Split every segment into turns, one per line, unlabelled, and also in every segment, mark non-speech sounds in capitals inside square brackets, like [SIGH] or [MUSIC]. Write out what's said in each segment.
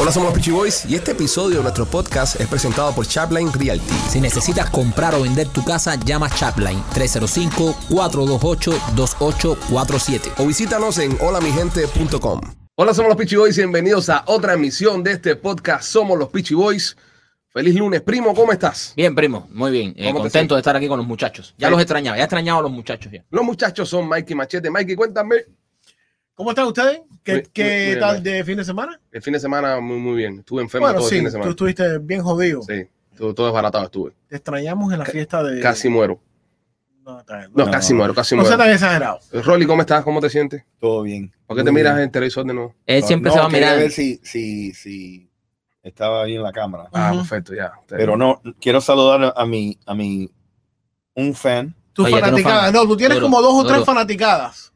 Hola, somos los Peachy Boys y este episodio de nuestro podcast es presentado por Chapline Realty.
Si necesitas comprar o vender tu casa, llama Chapline 305-428-2847.
O visítanos en holamigente.com. Hola, somos los Peachy Boys. Bienvenidos a otra emisión de este podcast. Somos los Peachy Boys. Feliz lunes, primo. ¿Cómo estás?
Bien, primo, muy bien. Eh,
¿Cómo te
contento de estar aquí con los muchachos. Ya
Sí.
los extrañaba, ya extrañaba a los muchachos ya.
Los muchachos son Mikey Machete. Mikey, cuéntame.
¿Cómo están ustedes? ¿Qué,
Muy-
qué
muy- muy
tal
bien.
de fin de semana?
El fin de semana muy, muy bien. Estuve enfermo
Bueno,
todo el
sí,
fin de
tú
semana.
estuviste bien jodido.
Sí, todo, todo desbaratado estuve.
Te extrañamos en la fiesta de...
Casi muero.
No, está bien.
No,
Eh, No,
casi muero, casi
no sea
muero.
tan exagerado.
Rolly, ¿cómo estás? ¿Cómo te sientes?
Todo bien.
¿Por qué te
Muy
miras
bien.
el televisor de nuevo?
Él
No,
siempre
no,
se va a
quería
mirar.
ver si, si, si estaba bien la cámara.
Ah,
Ujú.
perfecto, ya.
Pero no, quiero saludar a mi, a mi, un fan.
Tú
Oye, tú no
fanaticada.
fan-
No, tú tienes
duro,
como dos o tres
duro.
fanaticadas.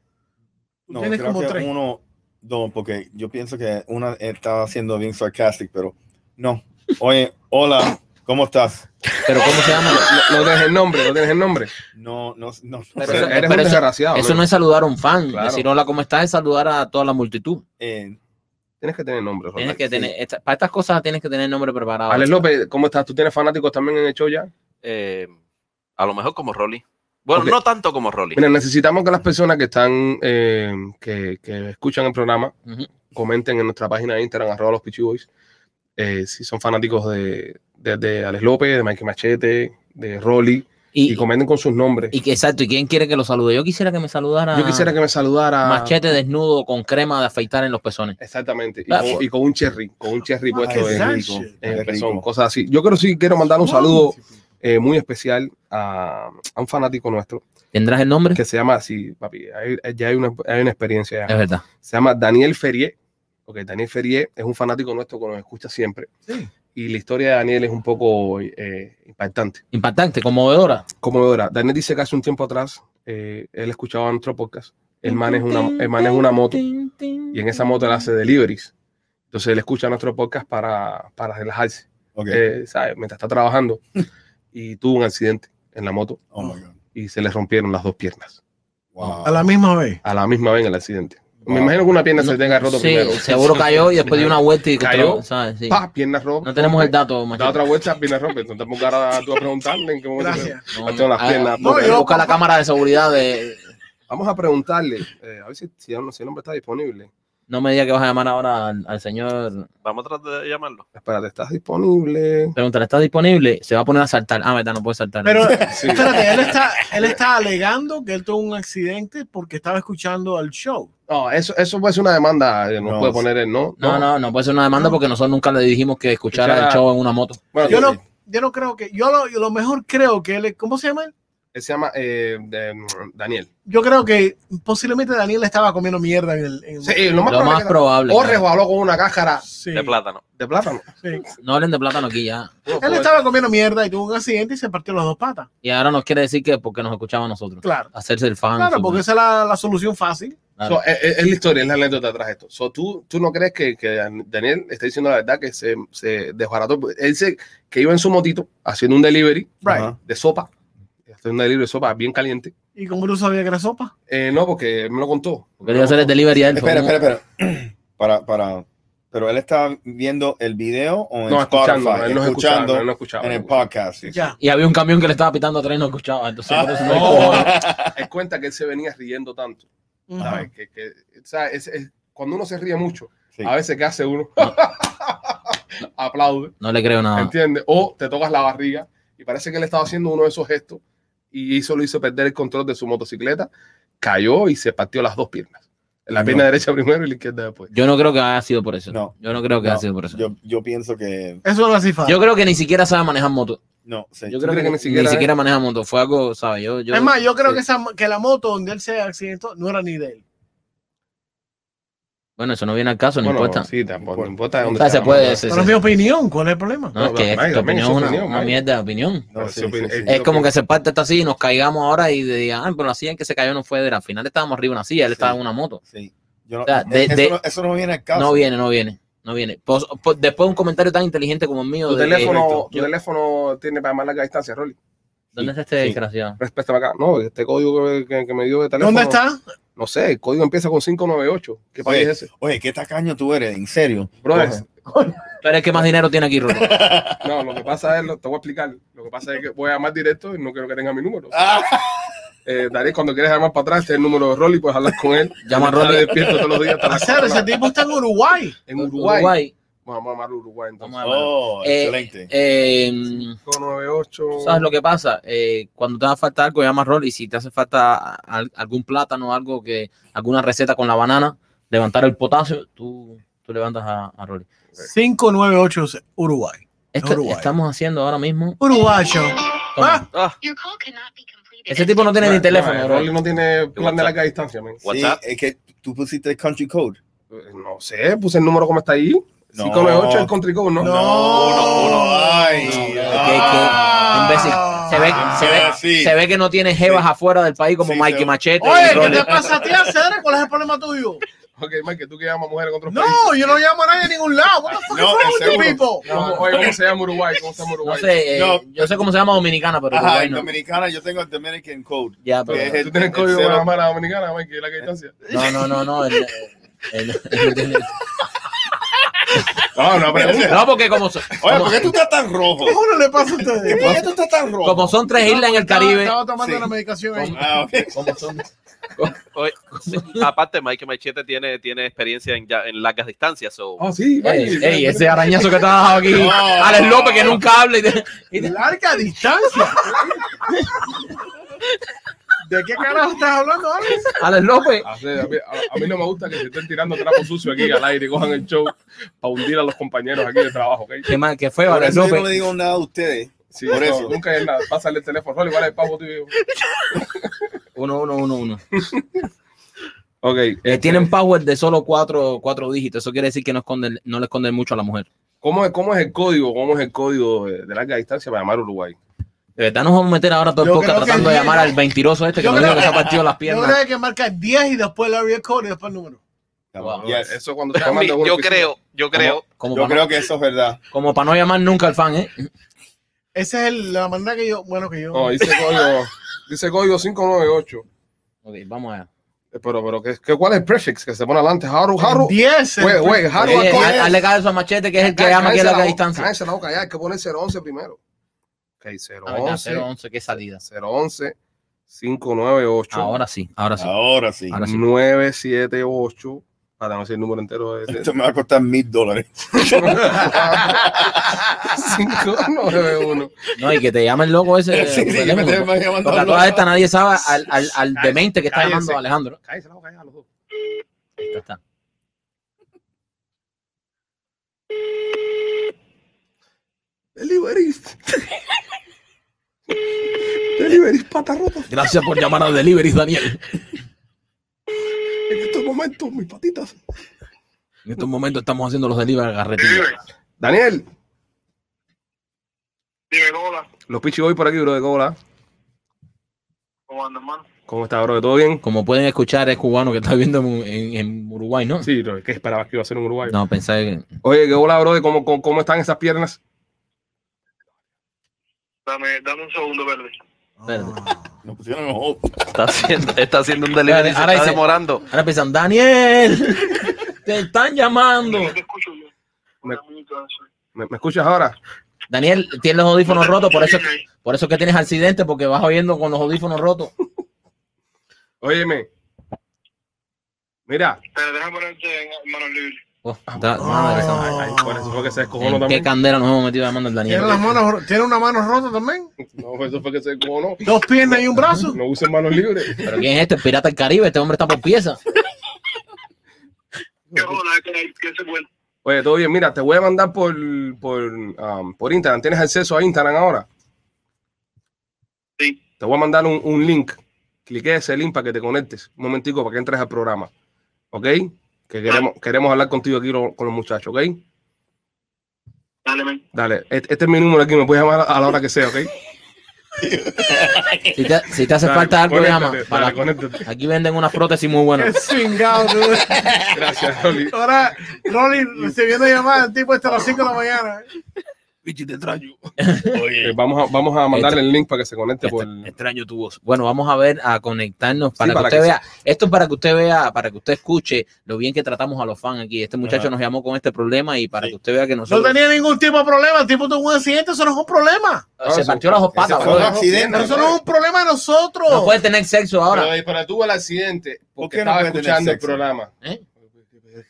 Tú
No,
tienes
creo
como
que
tres.
uno, no, porque yo pienso que una estaba siendo bien sarcástica, pero no. Oye, hola, ¿cómo estás?
Pero ¿cómo se llama?
No, no tienes el nombre, no tienes el nombre.
No, no, no. Eh,
Pero
[LAUGHS]
Pero
eso-
eres
pero
un
eso-
desgraciado. [LAUGHS]
Eso
¿no?
no es saludar a un fan.
Claro.
Decir hola, ¿cómo estás? Es saludar a toda la multitud.
Eh,
Tienes que tener nombre, Rolly.
Tienes que tener, esta- para estas cosas tienes que tener nombre preparado.
Alex López, ¿cómo estás? ¿Tú tienes fanáticos también en el show ya?
eh, a lo mejor como Rolly. Bueno,
Ok.
no tanto como Rolly.
Mira, necesitamos que las personas que están, eh, que, que escuchan el programa,
Ujú.
comenten en nuestra página de Instagram, arroba los Peachy Boys, eh, si son fanáticos de, de, de Alex López, de Mike Machete, de Rolly, y,
Y,
comenten con sus nombres.
y que exacto, ¿y quién quiere que lo salude? Yo quisiera que me saludara.
Yo quisiera que me saludara.
Machete desnudo con crema de afeitar en los pezones.
Exactamente, y
Ah,
con, y con un cherry, con un cherry puesto
qué
en,
sad
en
rico,
shit.
qué
el pezón,
rico.
cosas así. Yo creo sí quiero mandar un
No,
saludo eh, muy especial a, a un fanático nuestro
¿Tendrás el nombre?
que se llama así, papi, hay- eh, ya hay una, hay una experiencia. ya.
Es verdad.
Se llama Daniel Ferrier. Ok, Daniel Ferrier es un fanático nuestro que nos escucha siempre.
Sí.
Y la historia de Daniel es un poco eh, impactante.
Impactante, conmovedora.
Conmovedora. Daniel dice que hace un tiempo atrás eh, él escuchaba nuestro podcast. Él maneja una, él maneja una moto y en esa moto él hace deliveries. Entonces él escucha nuestro podcast para, para relajarse,
ok.
eh, ¿sabes? mientras está trabajando. Y tuvo un accidente en la moto
oh my God.
y se le rompieron las dos piernas
Wow.
A la misma vez.
a la misma vez en el accidente. Me
Wow.
imagino que una pierna se
No,
le tenga roto
Sí,
primero.
seguro cayó y después dio una vuelta y
Cayó.
¿sabes?
[LAUGHS]
Sí.
Pa, pierna rota.
No tenemos el dato,
Da
Machete.
otra vuelta, pierna rompe. No te pongas ahora tú a preguntarle en qué momento.
Gracias.
No,
Hasta las
ah,
piernas.
no,
No,
hay que
yo-
buscar la cámara de seguridad de.
Vamos a preguntarle, eh, a ver si, si el si el hombre está disponible.
No me digas que vas a llamar ahora al, al señor.
Vamos a tratar de llamarlo.
Espérate, ¿estás disponible?
Pregúntale, ¿estás disponible? Se va a poner a saltar. Ah, verdad, no puede saltar.
Pero,
Sí.
[LAUGHS] espérate, él está, él está alegando que él tuvo un accidente porque estaba escuchando al show.
No, eso, eso puede ser una demanda. eh, Nos
No,
puede
sí.
poner el no.
[LAUGHS] no, no, no puede ser una demanda porque nosotros nunca le dijimos que escuchara
Escuchara-
el show en una moto.
Bueno,
Yo
no.
no, yo no creo que... Yo lo, yo lo mejor creo que él... es- ¿Cómo se llama él?
Él se llama eh, de- Daniel.
Yo creo que posiblemente Daniel estaba comiendo mierda en el... en-
Sí, lo más
Lo
probable.
más
es que- Oh,
probable.
O
claro.
resbaló con una cáscara
Sí,
De plátano.
de plátano.
sí.
No hablen de plátano aquí ya.
Él estaba comiendo mierda y tuvo un accidente y se partió las dos patas.
Y ahora nos quiere decir que porque nos escuchaba a nosotros.
Claro.
Hacerse el
Ah,
fan.
Claro,
su-
porque esa es la, la solución fácil.
So, es, es- es la historia, es la anécdota tras esto. So, ¿tú, ¿Tú no crees que, que Daniel está diciendo la verdad que se, se desbarató? Él dice que iba en su motito haciendo un delivery
Right.
Ajá.
de sopa. Haciendo un delivery de sopa bien caliente.
¿Y como tú sabías que era sopa?
Eh, no, porque me lo contó.
Quería hacer el delivery a él.
Espera,
¿no?
espera, espera. [CLEARS THROAT] Para, para. Pero él está viendo el video o en
No,
Spotify,
escuchando, él no
escuchando
escuchaba, él no escuchaba.
en el podcast. sí.
Ya.
Y había un camión que le estaba pitando atrás y no escuchaba. Entonces, por eso no hay
No,
cojones.
él cuenta que él se venía riendo tanto.
Ah.
Ujú.
¿sabes? Que, que, o sea, es- es- cuando uno se ríe mucho,
Sí.
a veces que hace uno, [LAUGHS] aplaude,
No le creo nada.
¿entiendes? O te tocas la barriga y parece que él estaba haciendo uno de esos gestos y eso lo hizo perder el control de su motocicleta, cayó y se partió las dos piernas. La
No.
pierna derecha primero y la izquierda después.
Yo no creo que haya sido por eso.
No.
Yo no creo que
No,
haya sido por eso. Yo,
Yo, yo pienso que
Eso no es así fácil.
creo que ni siquiera sabe manejar moto.
no sé.
Yo
¿Tú
creo que,
crees que ni
ni siquiera,
siquiera es?
maneja moto. Fue algo, ¿sabes? Yo, yo,
es más, yo creo
sí.
que, esa, que la moto donde él se accidentó no era ni de él.
Bueno, eso no viene al caso, no
Bueno,
importa.
Sí, tampoco, no importa de
o
dónde
sea,
está
se
la
puede.
mano.
se-
Pero es
se-
mi opinión, ¿cuál es el problema?
no, es
No,
que
pero,
es-
Mike,
tu
también
opinión
es
es
su
una,
opinión,
una
Mike.
mierda de opinión.
No,
Pero
sí,
su
sí,
opinión-
sí.
eh,
Es como que se parte está así y nos caigamos ahora y digan, ah, pero la silla en que se cayó no fue de él. Al final estábamos arriba de una silla, él
Sí.
estaba en una moto.
Sí. Yo no- eh,
O sea, de-
eso,
de-
no, eso no viene al caso.
No viene, no viene, no viene. Pues, Pos- po- después de un comentario tan inteligente como el mío.
Tu
de que-
teléfono, tu
yo-
teléfono tiene para más larga distancia, Rolly.
¿Dónde está este
sí.
desgraciado?
Respeta para acá. No, este código que, que- que me dio de teléfono.
¿Dónde está?
No sé, el código empieza con 598. ¿Qué país
Oye.
es ese?
Oye, qué tacaño tú eres, en serio.
Brother,
Coge.
Tú eres el que más dinero tiene aquí, Rulo.
no, lo que pasa es, lo- te voy a explicar. Lo que pasa es que voy a llamar directo y no quiero que tenga mi número.
Ah,
Eh, Darío, cuando quieres llamar para atrás, este es el número de Rolly, puedes hablar con él.
Llama a
Estarle
Rolly.
despierto todos los días
[LAUGHS]
hasta
O
las
sea,
cuatro de
ese
la-
tipo está en Uruguay.
En [LAUGHS] Uruguay. Bueno, vamos a llamarlo Uruguay entonces.
Vamos
oh,
Eh,
excelente.
Eh,
598.
¿Sabes lo que pasa? Eh, cuando te hace falta algo, llama a Rolly. Si te hace falta al- algún plátano, algo que, alguna receta con la banana, levantar el potasio, tú, tú levantas a, a Rolly.
598 Uruguay.
Esto
Uruguay.
estamos haciendo ahora mismo.
Uruguayo.
Toma.
Ah.
Ah,
Your call cannot be completed.
Ese tipo no tiene ni
No,
teléfono,
no,
Rolly.
Rolly no tiene plan de
WhatsApp.
larga distancia, men.
Sí,
WhatsApp.
es que tú pusiste country code.
Eh, No sé, puse el número como está ahí.
No.
598 es el country code, ¿no?
No.
Uno, uno. Oh. Ay,
No, es que-
ay.
que- imbécil. Se ve, se ve,
Ah, sí.
se ve que no tiene jevas
Sí.
afuera del país como
Sí,
Mikey
se-
Machete. y
Oye, ¿qué
Rolly.
te pasa a ti, Cedre? ¿Cuál es el problema tuyo?
Ok, Mike, tú que llamas mujeres en otros países.
No, yo no llamo a nadie a ningún lado. What the fuck is
No,
wrong with you
seguro.
people?
¿Cómo, Ah, oye, ¿cómo se llama Uruguay? ¿Cómo se llama
No
Uruguay?
sé, eh,
No.
yo sé cómo se llama dominicana, pero
Ajá,
Uruguay
en
no.
Dominicana yo tengo el Dominican code.
Ya,
Que es
pero,
¿Tú tienes
el
código
cero.
para llamar a la dominicana, Mike, y larga distancia?
no, no, no, no. el- el- el- el-
No, no,
[LAUGHS]
pero...
no, porque como, so-
Oye,
como,
¿por qué tú estás tan rojo?
¿Qué uno le pasa a
¿Por
ustedes?
qué tú estás tan rojo?
como son tres islas en el
Estaba-
Caribe.
Estaba tomando
Sí.
una medicación ahí.
Ah, ok.
como son-
oye, aparte, Mike Machete tiene, tiene experiencia en, ya- en largas distancias. so-
Oh, sí, Mike.
Ey, ey, ese arañazo que te has dejado aquí.
No.
Alex López que nunca habla. Y te- y te-
Larga distancia. ¿De qué carajo estás hablando, Alex?
[LAUGHS] Alex López.
Así, a, mí, a- a mí no me gusta que se estén tirando trapos sucios aquí al aire y cojan el show para hundir a los compañeros aquí de trabajo, ¿ok?
Qué, mal, qué feo,
Por
Alex
eso yo no le
López.
digo nada a ustedes.
Sí,
Por
no,
eso.
Nunca es nada. Pásale el teléfono. Rolly, ¿cuál es el pavo tuyo?
Uno, uno, uno, uno.
Ok.
Eh, tienen power de solo cuatro, cuatro dígitos. Eso quiere decir que no, esconden, no le esconden mucho a la mujer.
¿Cómo es, ¿Cómo es el código? ¿Cómo es el código de de larga distancia para llamar a Uruguay?
De verdad nos vamos a meter ahora todo el
Yo
podcast
creo que
tratando de
sí,
llamar
¿no?
al mentiroso este que
Yo
nos
creo
dijo que se ha
que-
partido las
Yo
piernas.
creo que marca 10 y después el area code y después el número.
Wow.
Yes.
Eso cuando
Yo
llamando a una oficina.
creo, yo creo.
Como
Yo
para,
creo que eso es verdad.
no, como para no llamar nunca al fan, ¿eh?
Esa es el- la manera que yo, bueno, que yo.
No, dice código, dice código 598.
Ok, vamos allá.
Eh, Pero, pero, ¿qué, qué, cuál es el prefix que se pone adelante? Haru, Haru.
10.
Güey, güey, Haru.
Oye,
¿cuál
ha-
es?
Eh, hazle caso a Machete, que es el que
Cá-
llama aquí a
cállense
larga
boca,
distancia.
Cállense la boca ya, hay que poner 011 primero. Ok,
Ah, verdad,
011,
011, qué salida.
011, 598,
Ahora sí, ahora Ah, sí.
Ahora sí.
Ahora sí.
978, para no decir el número entero [LAUGHS] este. de...
Esto me va a costar mil dólares.
591.
No, y que te llame el loco
[LAUGHS]
ese.
Sí, sí,
eh,
yo me
teléfono,
tengo más llamando
porque a
a
todas
los-
estas nadie sabe al, al, al demente que está
Cállense.
llamando a Alejandro.
Cállense la boca ya, los dos.
Ahí está.
Delivery. Delivery, pata rota.
Gracias por llamar a Deliveries, Daniel.
En estos momentos, mis patitas.
En estos momentos estamos haciendo los delivery carretillas.
Daniel,
Dime, hola,
los pichi voy por aquí, bro, de cola.
¿cómo andas, hermano?
¿Cómo está, bro? ¿Todo bien?
Como pueden escuchar, es cubano que está viviendo en, en- en Uruguay, ¿no?
Sí, bro, ¿qué esperabas que iba a ser un uruguayo?
No, pensé que.
Oye, qué hola, bro, ¿cómo, cómo, cómo están esas piernas?
Dame, dame un segundo, verde.
Ah.
Nos pusieron en hold.
Está haciendo, está haciendo un delivery, se
Ahora
está
dice-
demorando.
Ahora piensan, Daniel, te están llamando.
No te escucho yo.
Me-
Una minuta, eso.
¿Me, me escuchas ahora?
Daniel, tienes los audífonos rotos, por eso,
Dime ahí.
por eso que tienes accidente, porque vas oyendo con los audífonos rotos.
Óyeme. Mira.
Pero déjame ponerte en manos libres.
Oh, da-
Ah,
madre santa.
Ay, por eso fue que se descojonó
Ah. ¿En qué
también.
candela nos hemos metido llamando al Daniel?
¿Tiene, las manos, ro- ¿Tiene una mano rota también?
No, por eso fue que se descojonó.
¿Dos piernas y un
[LAUGHS]
brazo?
No usen manos libres.
¿Pero quién es este? ¿El pirata del Caribe? Este hombre está por pieza.
¿Qué hola? ¿Qué, qué se cuenta?
Oye, todo bien. Mira, te voy a mandar por, por, um, por Instagram. ¿Tienes acceso a Instagram ahora?
Sí.
Te voy a mandar un, un link. Clique ese link para que te conectes. Un momentico para que entres al programa. ¿Ok? Que queremos, queremos hablar contigo aquí lo- con los muchachos, ¿ok?
Dale, men.
Dale, este, este es mi número aquí, me puedes llamar a la hora que sea, ¿ok?
Si te, si te [LAUGHS] hace
Dale,
falta algo,
conéctate,
llama.
dale,
Para-
conéctate.
aquí venden unas prótesis muy buenas.
Qué chingado, tú.
Gracias, Rolly.
este Ahora, Rolly recibiendo llamadas, el tipo está a las 5 de la mañana.
Pichi, te extraño. Eh,
Oye,
vamos, a, vamos a
Este-
mandarle el link para que se conecte por.
Extra- Extraño tu voz. Bueno, vamos a ver, a conectarnos para
para
que
que
usted vea. Esto es para que usted vea, para que usted escuche lo bien que tratamos a los fans aquí. Este muchacho
Ajá.
nos llamó con este problema y para
Sí.
que usted vea que
No
nosotros
tenía ningún tipo de problema. El tipo tuvo un accidente, eso no es un problema.
Ah,
se
sí.
partió las dos
Ese
patas.
fue un
brother.
accidente.
Eso
[LAUGHS]
no es un problema de nosotros.
No puede tener sexo ahora.
Pero, pero tuvo el accidente porque
¿Por qué no
estaba
puede tener
escuchando el
sexo?
programa.
¿Eh?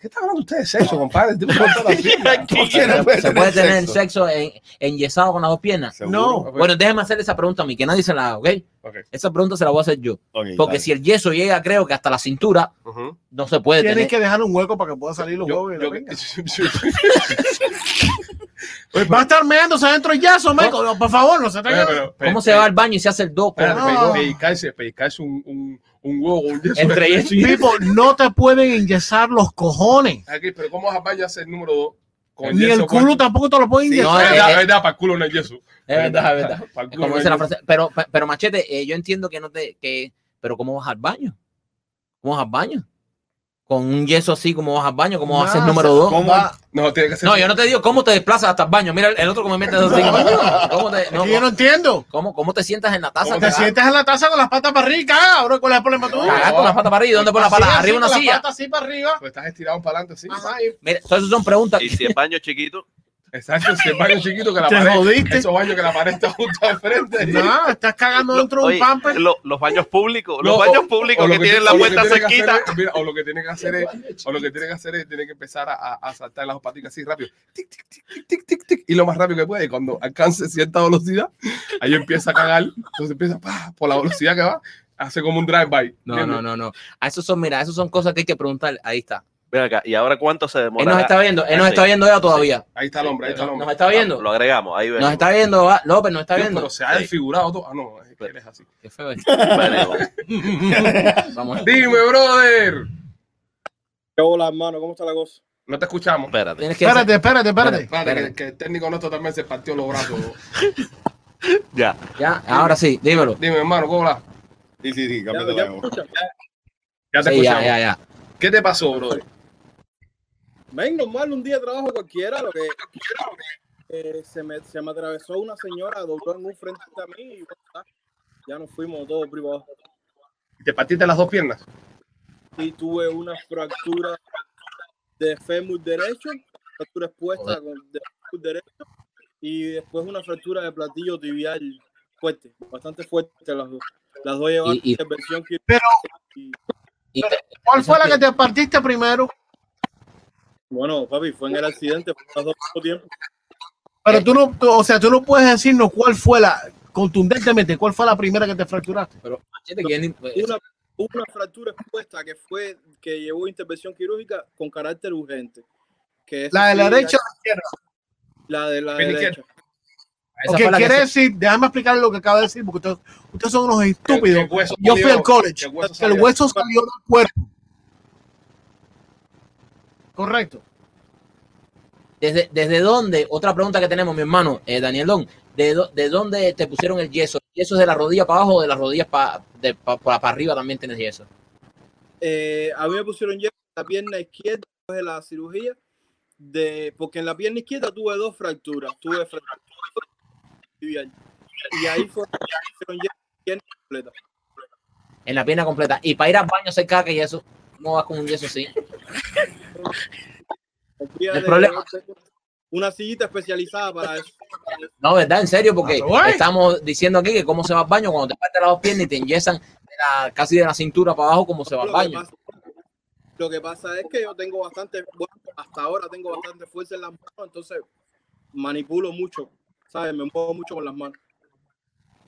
¿Qué está hablando usted de sexo, compadre? El tipo cortó las piernas.
¿Por qué no puede
Se
tener
puede tener
sexo?
sexo en, enyesado con las dos piernas.
Seguro.
No.
[LAUGHS] Bueno, déjeme hacer esa pregunta a mí, que nadie se la haga, ¿ok?
Ok.
Esa pregunta se la voy a hacer yo.
Ok,
Porque
dale.
si el yeso llega, creo que hasta la cintura,
Ujú.
no se puede
Tienes
tener.
que dejar un hueco para que pueda salir los
Yo-
huevos y la
[LAUGHS] yo-
venga.
Oye,
Pues Va a estar meándose adentro el yazo, Michael. No, por favor, no se
pero-
traiga.
pero-
¿Cómo se va al baño y se hace el dos?
Espérate,
¿Cómo?
No.
pe- pellizcarse, pellizcarse un, un, un huevo, un yeso.
Entre yeso y-
Pipo, no te pueden enyesar los cojones.
Eh.
Aquí, pero ¿cómo vas al baño a hacer el número 2?
Ni el culo tampoco te lo pueden
Sí,
enyesar.
No,
Pues, Es
eh,
verdad,
eh,
es verdad, para el culo no hay yeso.
Es verdad, es
[LAUGHS]
verdad.
Para el culo no
Como
hay
dice la
yeso.
frase, pero, pero machete, eh, yo entiendo que no te, que, pero ¿cómo vas al baño? ¿Cómo vas al baño? Con un yeso así, ¿cómo vas al baño? ¿Cómo vas a ser
Ah,
número dos?
¿Cómo?
No, tiene que ser.
No, yo no te digo cómo te desplazas hasta el baño. Mira, el otro que me mete dos cinco. ¿Cómo te, no,
Que yo no entiendo.
¿cómo, cómo te sientas en la taza?
Te sientas en la taza con las patas para arriba, cabrón. ¿Cuál es el problema tuyo?
Cagar con las patas para arriba. ¿Y ¿Dónde pones
Así,
las patas?
así,
Arriba una
con las
silla.
patas así para arriba.
Pues estás estirado para adelante, sí.
Ajá, y-
Mira, todas esas son preguntas.
Y si el baño
[LAUGHS]
es chiquito,
Exacto, si el baño chiquito que la
Te
pared.
jodiste.
Esos baños que la pared está justo al frente.
No, estás cagando dentro de un
oye,
pamper.
lo- los baños públicos,
No,
los
o-
baños
o
públicos
lo
que, tienen
ti-
la
o lo
puerta
que tiene que
cerquita.
hacer es- mira, o lo que tiene que hacer es, o lo que tiene que hacer es, tiene que empezar a, a, a saltar las paticas así rápido. Tic, tic, tic, tic, tic, tic, tic, y lo más rápido que puede. Y cuando alcance cierta velocidad, ahí empieza a cagar. Entonces empieza, pa, por la velocidad que va, hace como un drive-by.
No, no, no, no. A eso son, mira, eso son cosas que hay que preguntar. Ahí está.
Ven acá, ¿y ahora cuánto se
Él nos
demora?
está viendo, él nos
Ah,
está
sí.
viendo ya todavía.
Ahí está el hombre, ahí está el
Nos
hombre.
está viendo.
Lo agregamos, ahí
Nos
vemos.
está viendo, va- López, nos está
Dios,
viendo.
Pero se ha desfigurado todo. Ah, no, es que él es así.
Qué feo es.
Veremos.
Vamos a ver.
Dime, brother.
Hola, hermano, ¿cómo está la cosa?
No te escuchamos.
Espérate.
Tienes que hacer-
Espérate, espérate, espérate.
Espérate, que-
Espérate.
que, el técnico nuestro también se partió los brazos.
Ya.
Ya, ahora sí, dímelo.
Dime, hermano, ¿cómo va?
Sí, sí, sí,
Ya,
cámbiate
ya
la
me
voz.
escuchan, ya.
Ya te
Sí, ya,
escuchamos.
ya, ya.
¿Qué te pasó, brother?
Ven, normal, un día de trabajo cualquiera, lo que eh, se, me, se me atravesó una señora, dobló en un frente a mí y bueno, está. ya nos fuimos todos privados.
¿Te partiste las dos piernas?
Y tuve una fractura de fémur derecho, fractura expuesta con de fémur derecho, y después una fractura de platillo tibial fuerte, bastante fuerte las dos. Las dos llevan
Y- y-
intervención quirúrgica.
Y te-
¿Cuál fue la que te partiste primero?
Bueno, papi, fue en el accidente, fue las dos al mismo tiempo.
Pero tú no, tú- o sea, tú no puedes decirnos cuál fue la, contundentemente, cuál fue la primera que te fracturaste.
Machete, que ni-
una, una fractura expuesta que fue que llevó intervención quirúrgica con carácter urgente. Que eso
La de
sí,
la derecha.
La, de la
Bien
derecha.
esa
Ok,
fue la que
quiere
se-
decir, déjame explicar lo que acaba de decir, porque ustedes, ustedes son unos estúpidos.
El hueso
Yo fui
salió,
al college.
el hueso
El
salió.
hueso salió del cuerpo. Correcto.
¿Desde, ¿Desde dónde? Otra pregunta que tenemos, mi hermano, eh, Daniel Don. ¿De, do- ¿De dónde te pusieron el yeso? ¿El yeso es de la rodilla para abajo o de las rodillas para arriba también tienes yeso?
Eh, a mí me pusieron yeso en la pierna izquierda después de la cirugía. De, porque en la pierna izquierda tuve dos fracturas. Tuve fractura tibial. Y ahí fue que me pusieron yeso en la pierna completa.
En la pierna completa. Y para ir al baño se caca y eso. ¿Cómo vas con un yeso así?
Tendría
No hay
de-
problema.
Una sillita especializada para eso.
No, ¿verdad? En serio, porque
Ah, bueno.
estamos diciendo aquí que cómo se va al baño cuando te partes las dos piernas y te enyesan de la- casi de la cintura para abajo, cómo se va [LAUGHS] al
Lo que,
baño.
pasa, lo que pasa es que yo tengo bastante, bueno, hasta ahora tengo bastante fuerza en las manos, entonces manipulo mucho, ¿sabes? Me muevo mucho con las manos.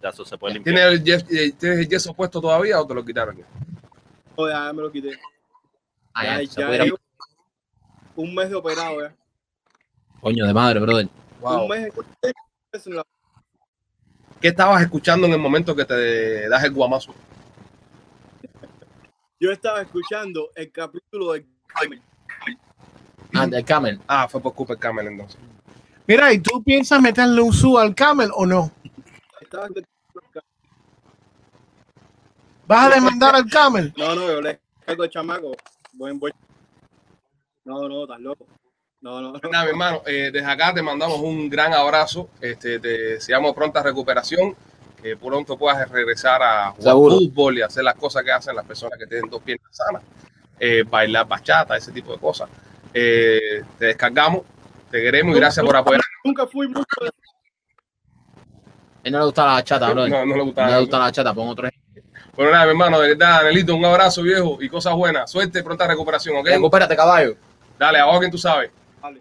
Ya eso se puede limpiar.
¿Tienes el, yes- eh, ¿Tienes el yeso puesto todavía o te lo quitaron?
O ya me lo quité.
Ah, ya,
Ya-
se
ya
pudiera-
llevo un mes de operado, ya.
Coño de madre, brother.
Un mes de- es la-
¿Qué estabas escuchando en el momento que te das el guamazo?
Yo estaba escuchando el capítulo de Carmen.
Ah, del Camel.
Ah, fue por Cooper Camel entonces.
Mira, ¿y tú piensas meterle un su al camel o no?
Estaba escuchando-
¿Vas a demandar al camel?
No, no, yo le caigo al chamaco. Buen, buen- No, no, estás loco. No, no, no.
Nada, mi hermano, eh, desde acá te mandamos un gran abrazo. Este, te deseamos pronta recuperación, que pronto puedas regresar a jugar
Seguro.
fútbol y hacer las cosas que hacen las personas que tienen dos piernas sanas, eh, bailar bachata, ese tipo de cosas. Eh, te descargamos, te queremos y gracias por apoyar.
Nunca fui mucho de
él no le gusta la chata, bro.
No, no le gusta.
No le gusta la chata, pon otro ejemplo.
Bueno, nada, mi hermano, de verdad, Anelito, un abrazo viejo y cosas buenas. Suerte, pronta recuperación, ¿ok?
Recupérate, caballo.
Dale, ahora quien tú sabes.
Vale.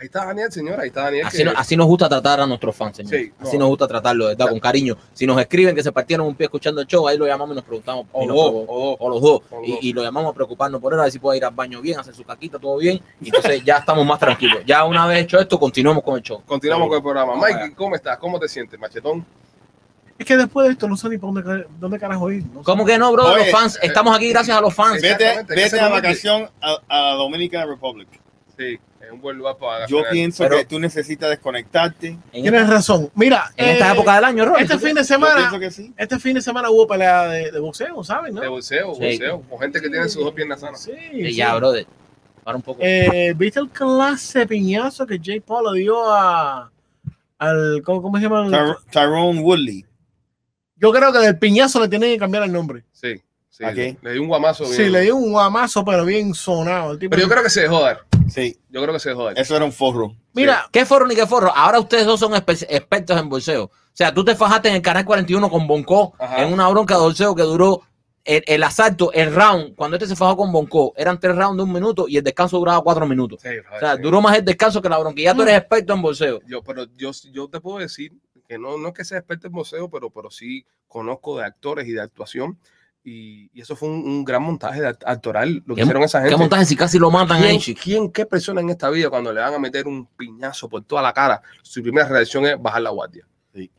Ahí está Daniel, señora, ahí está Daniel.
Así,
que-
no- así nos gusta tratar a nuestros fans, señor.
Sí,
así
no.
nos gusta tratarlo, de ¿verdad? Con cariño. Si nos escriben que se partieron un pie escuchando el show, ahí lo llamamos y nos preguntamos. y
O
nos
dos,
preocup-
o dos.
o los dos.
O los dos.
Y, y lo llamamos a preocuparnos por él, a ver si puede ir al baño bien, hacer su caquita, todo bien. Y entonces ya estamos más tranquilos. Ya una vez hecho esto, continuamos con el show.
Continuamos con el programa.
Vamos
Mikey, ¿cómo estás? ¿Cómo te sientes, machetón?
[LAUGHS] Es que después de esto no sé ni para dónde, car- dónde carajo ir. No sé.
¿Cómo que no, bro?
Oye,
los fans, estamos aquí gracias a los fans.
eh,
Vete,
Exactamente,
vete
ese
a
momento.
vacación a, a Dominican Republic.
Sí, es un buen lugar para
Yo
ganar.
pienso
Pero-
que tú necesitas desconectarte.
En,
Tienes razón. Mira,
en esta
eh,
época del año, bro.
este fin de
Yo
semana,
pienso que sí.
este fin de semana hubo pelea de, de boxeo, ¿saben?
De
No?
bolseo,
Sí.
bolseo. Con gente que tiene sus dos piernas sanas.
Sí,
Sí,
sí.
ya, bro. de- Para un poco.
Eh, ¿Viste el clase de piñazo que Jake Paul le dio a al ¿cómo, cómo se llama? El-
Tyr- Tyrone Woodley.
Yo creo que del piñazo le tienen que cambiar el nombre.
Sí, sí.
¿A qué?
Le di un guamazo.
Sí,
bien.
le dio un guamazo, pero bien sonado. El tipo,
Pero yo creo que se dejó dar.
Sí,
Yo creo que se dejó dar.
eso era un forro.
Mira,
¿Qué forro ni qué forro? Ahora ustedes dos son espe- expertos en bolseo. O sea, tú te fajaste en el canal 41 con Bonco
Ajá.
en una bronca de bolseo que duró el, el asalto, el round. Cuando este se fajó con Bonco, eran tres rounds de un minuto y el descanso duraba cuatro minutos.
Sí, brother,
O sea,
sí.
duró más el descanso que la bronca. Y ya tú eres experto en bolseo.
Este
Yo, pero yo, yo te puedo decir que no, no es que sea experto en boxeo, pero, pero sí conozco de actores y de actuación. Y, y eso fue un, un gran montaje de act- actoral, lo que
¿Qué-
hicieron esa gente.
¿Qué montaje si casi lo matan a
¿Quién,
Enchi?
quién- qué persona en esta vida cuando le van a meter un piñazo por toda la cara, su primera reacción es bajar la guardia?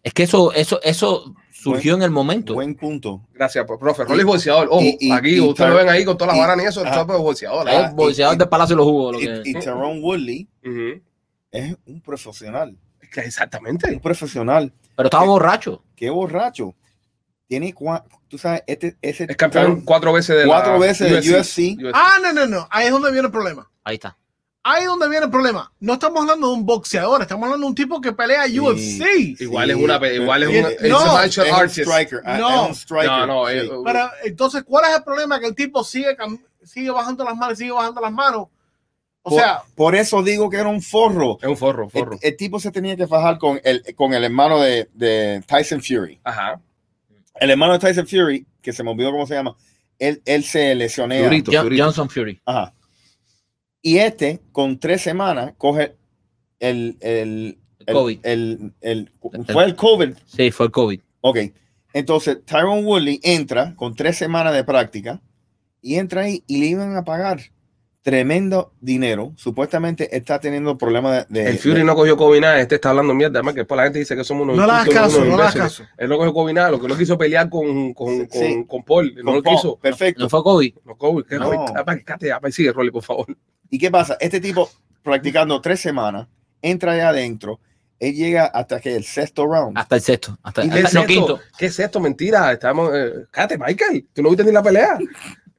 Es que eso, eso, eso surgió en el momento.
Buen punto.
Gracias, pues, profe.
Y-
Rolly es bolseador. Ojo,
y- y-
aquí
y
ustedes
Tar-
lo ven ahí con todas las
y-
varanas y eso, el
ajá.
chope es bolseador.
Ah,
Es bolseador
y-
del Palacio de los Jugos. Lo que
Y, y Tyrone Woodley
¿eh? Ujú.
es un profesional.
Es que Exactamente.
Un profesional.
Pero estaba borracho.
Qué borracho. Tiene cua- tú sabes, este, ese
Es campeón cuatro veces de la
cuatro veces del UFC.
ah, no, no, no. Ahí es donde viene el problema.
Ahí está.
Ahí es donde viene el problema. No estamos hablando de un boxeador, estamos hablando de un tipo que pelea
Sí.
UFC.
Igual es una pe- igual es
pero-
una-
es-
No.
es un
martial artist.
striker, ah,
No.
es un striker,
No, no,
sí.
eh, uh,
Pero entonces, ¿cuál es el problema? Que el tipo sigue, cam- sigue bajando las manos, sigue bajando las manos. O
Por-
sea,
Por eso digo que era un forro.
es un forro,
El,
forro.
el tipo se tenía que fajar con el, con el hermano de, de Tyson Fury.
Ajá.
El hermano de Tyson Fury, que se me olvidó cómo se llama, él, él se lesionea.
Durito,
Jo-
durito.
Johnson Fury.
Ajá. Y este, con tres semanas, coge el. el, el-
COVID.
el- el-
El-
fue el COVID.
Sí, fue el COVID.
Ok. Entonces, Tyron Woodley entra con tres semanas de práctica y entra ahí y le iban a pagar tremendo dinero. Supuestamente está teniendo problemas de. de-
El Fury
de-
no cogió COVID nada, este está hablando mierda, además que después la gente dice que somos unos
no le hagas
incultos,
caso,
unos
no le hagas
imbéciles.
caso.
Él no cogió COVID nada, lo que no quiso pelear con, con,
Sí.
con, con Paul, no
con
lo
Paul.
quiso.
Perfecto.
No fue COVID.
No, COVID, ¿qué
No.
COVID? Apa, cállate, apa, sigue, Rolly, por favor.
¿Y qué pasa? Este tipo practicando tres semanas, entra allá adentro, él llega hasta que el sexto round.
Ah.
Hasta el sexto. Hasta,
¿Y
hasta
qué, es
no,
esto?
quinto.
¿Qué es esto? Mentira. Estamos. eh, cállate, Michael. Tú no viste ni la pelea.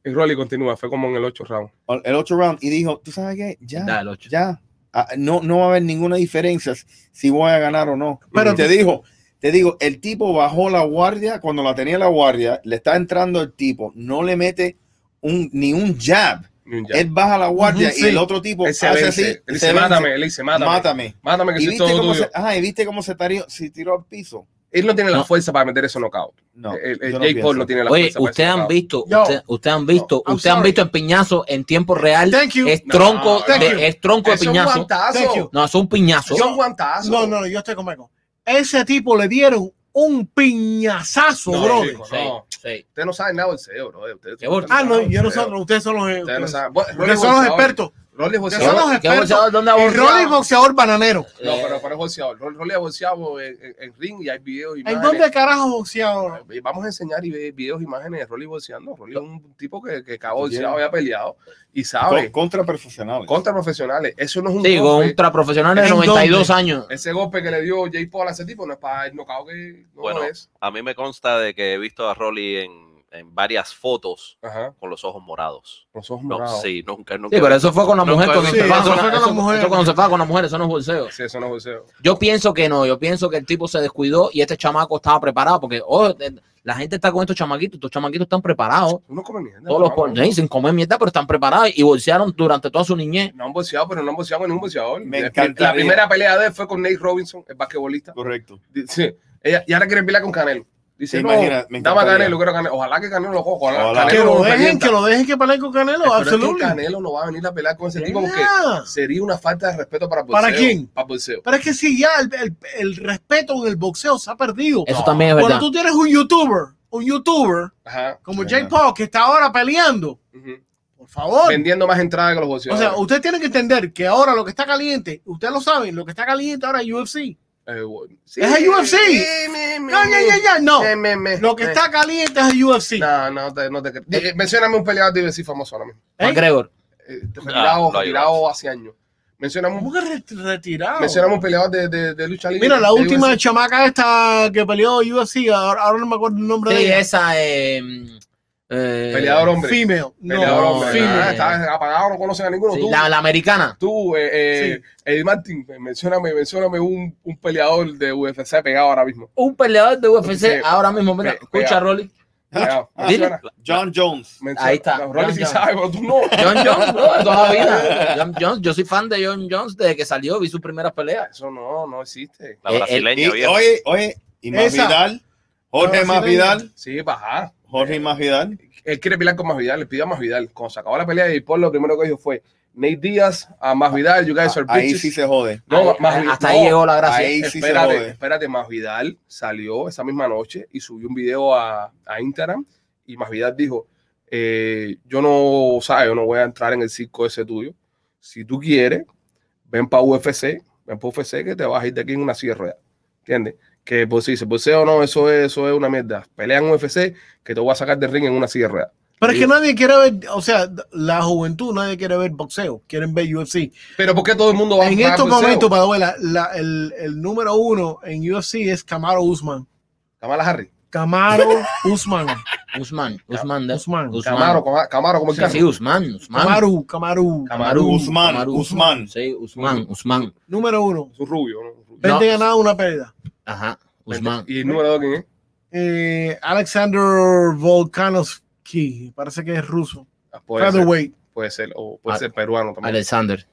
Y Rolly continúa. Fue como en el 8 round.
El ocho round y dijo, ¿tú sabes qué?
Da
Ya,
el ocho.
ya. Ah, No, no va a haber ninguna diferencia si voy a ganar o no.
Pero
Y te dijo, te digo, el tipo bajó la guardia cuando la tenía la guardia, le está entrando el tipo, no le mete un, ni un jab.
Ni un jab.
Él baja la guardia
Ujú,
y
sí.
el otro tipo
Él se
hace
vence.
así.
Él
se
dice,
vence,
mátame. Él dice, mátame. Mátame,
mátame.
que
¿Y
soy
viste,
todo
cómo
tuyo.
se, ajá, ¿y viste cómo se, tarió- se tiró al piso?
Él no tiene la
No.
fuerza para meter ese knockout.
No,
el el
yo no
Jake Paul
pienso.
no tiene la
Oye,
fuerza. para
ustedes
ese
han
knockout.
visto,
Yo.
ustedes usted han visto,
I'm
ustedes han
sorry.
visto en piñazo en tiempo real.
Thank you.
Es
No,
tronco,
thank
de-
you.
es tronco de
Eso es un
piñazo.
Thank
guantazo.
you.
No, es un piñazo.
Eso es un guantazo.
No, no, no, yo estoy con Michael. Ese tipo le dieron un piñazazo,
No,
brother.
chico,
Sí,
no.
sí.
Usted no sabe nada del CEO, bro. Usted-
Qué bol-
usted
Ah, no,
sabe
yo no
del CEO.
sé, ustedes son los,
Ustedes no
ustedes
saben. Bueno, Rolly es
son los
boxeador.
expertos.
Rolly es
Ustedes son
boxeador.
los
¿Qué bolseador?
expertos.
¿Dónde ha
Y Rolly
bolseado?
boxeador bananero.
No, pero, pero es boxeador. Rolly Rolly es boxeador en, en- en ring y hay videos y
¿En dónde carajo boxeador?
Eh, Vamos a enseñar y ver videos, imágenes de Rolly boxeando. Rolly es un tipo que, que acabó
Bien.
boxeado, había peleado y
Con-
sabe
Contra profesionales.
contra profesionales. Eso no es un
Sí, con
golpe.
un tra- profesional de
¿En
92 años.
Ese golpe que le dio Jay Paul a ese tipo no es para el knockout que no
Bueno,
es.
A mí me consta de que he visto a Rolly en, en varias fotos
Ajá.
con los ojos morados.
Los ojos
No,
morados.
sí, nunca, nunca.
Sí, pero eso fue con la
No,
mujer.
claro,
cuando
sí,
se
eso
fue con
fue con
la-
la
eso-
mujer.
eso cuando se fue con la mujer, eso no es bolseo.
Sí, eso no es bolseo.
Yo pienso que no, yo pienso que el tipo se descuidó y este chamaco estaba preparado, porque oh, eh, la gente está con estos chamaquitos, estos chamaquitos están preparados.
No comen mierda.
Todos los
no,
por- sí, sin comer mierda, pero están preparados y bolsearon durante toda su niñez.
No han boxeado, pero no han boxeado con ningún boxeador.
Me
La-
encantaría.
La primera pelea de él fue con Nate Robinson, el basquetbolista.
Correcto.
Dice, ella, y ahora quieren pelear con Canelo. Dice,
Te
no,
imaginas, me
dame a
encantaría.
Canelo, quiero a Canelo. Ojalá que Canelo lo coja. Ojalá,
Ojalá.
Que
Canelo
lo dejen,
revienta.
que lo dejen que peleen con Canelo,
Pero es que
absolutamente.
Canelo no va a venir a pelear con ese tipo porque
Yeah.
sería una falta de respeto para el
¿Para
boxeo,
quién?
Para el boxeo.
Pero es que sí, ya el, el- el respeto en el boxeo se ha perdido.
Eso también es
Cuando
verdad.
tú tienes un youtuber, un youtuber
Ajá.
como
Verdad.
Jake Paul que está ahora peleando,
ujú.
por favor.
Vendiendo más entradas que los
O
boxeadores.
sea, usted tiene que entender que ahora lo que está caliente, ustedes lo saben, lo que está caliente ahora es UFC.
Eh, bueno, sí.
Es el UFC.
Eh, me, me,
No, ya,
me.
ya, ya, no.
Eh, me, me,
Lo que
eh.
está caliente es el UFC.
No, no te, no te creo. Eh, Mencióname un peleador de UFC famoso ahora mismo.
¿Eh?
McGregor.
Eh, retirado,
Ah, no hay
retirado hace años. Mencióname un
¿Cómo que re- retirado?
Mencionamos un peleador de, de- de lucha libre.
Mira, la
de
última
UFC.
chamaca esta que peleó UFC, ahora, ahora no me acuerdo el nombre
Sí,
de ella.
esa. eh, eh,
Peleador hombre.
Female. No,
Peleador hombre.
female.
Ah, está apagado, no conocen a ninguno.
sí,
tú,
la, la americana.
tú eh, eh, Eddie Martin, mencióname, mencióname un, un peleador de UFC pegado ahora mismo.
Un peleador de UFC
Sí.
ahora mismo. Mira,
Ve-
escucha,
vea.
Rolly. [LAUGHS]
Pegado. Menciona,
John Jones.
menciona.
Ahí está.
No, Rolly sí
Ya, ya.
sabe, pero tú no.
John Jones, bro, de toda la vida. John Jones, yo soy fan de John Jones desde que salió, vi sus primeras peleas.
Eso no, no existe.
La
Eh,
brasileña,
Y,
viejo.
oye, oye, y más
Esa.
Vidal.
La
Jorge más
brasileña.
Vidal.
Sí, baja.
Jorge más Vidal.
Él quiere pelear con Masvidal, le pidió a Masvidal. Cuando se acabó la pelea y por lo primero que dijo fue Nate Díaz a Masvidal, you guys are
Ah, Ahí
bitches.
sí se jode.
No,
Ahí- eh,
más-
hasta
no,
ahí llegó la gracia.
Ahí sí se
espérate,
jode.
espérate, Masvidal salió esa misma noche y subió un video a, a Instagram y Masvidal dijo, eh, yo no, sabes, yo no voy a entrar en el circo ese tuyo. Si tú quieres, ven para UFC, ven para UFC que te vas a ir de aquí en una silla de ruedas. ¿Entiendes? Que pues si se poseo o no, eso es, eso es una mierda. Pelea en UFC que te voy a sacar de ring en una silla de ruedas.
Pero es que nadie quiere ver, o sea, la juventud, nadie quiere ver boxeo, quieren ver UFC.
Pero ¿por qué todo el mundo va a
En
pagar
estos
boxeo?
momentos, para la, la- el, el número uno en UFC es Camaro Usman.
Kamala Harris.
Camaro
[LAUGHS]
Usman.
Usman, Usman, de-
Usman.
Usman.
Camaro, Camaro como el
Sí,
carro.
sí, Usman, Usman.
Camaro, Camaro.
Camaro.
Usman,
Camaro.
Usman.
Sí, Usman, Usman.
Número uno.
Es un rubio, ¿no? Un rubio.
20
No.
ganados, una pérdida.
Ajá, Usman.
¿Y el número dos quién es?
Eh, Alexander Volkanovski, parece que es ruso.
Ah, Puede ser,
Featherweight.
puede ser, o puede
Ah.
ser peruano también.
Alexander,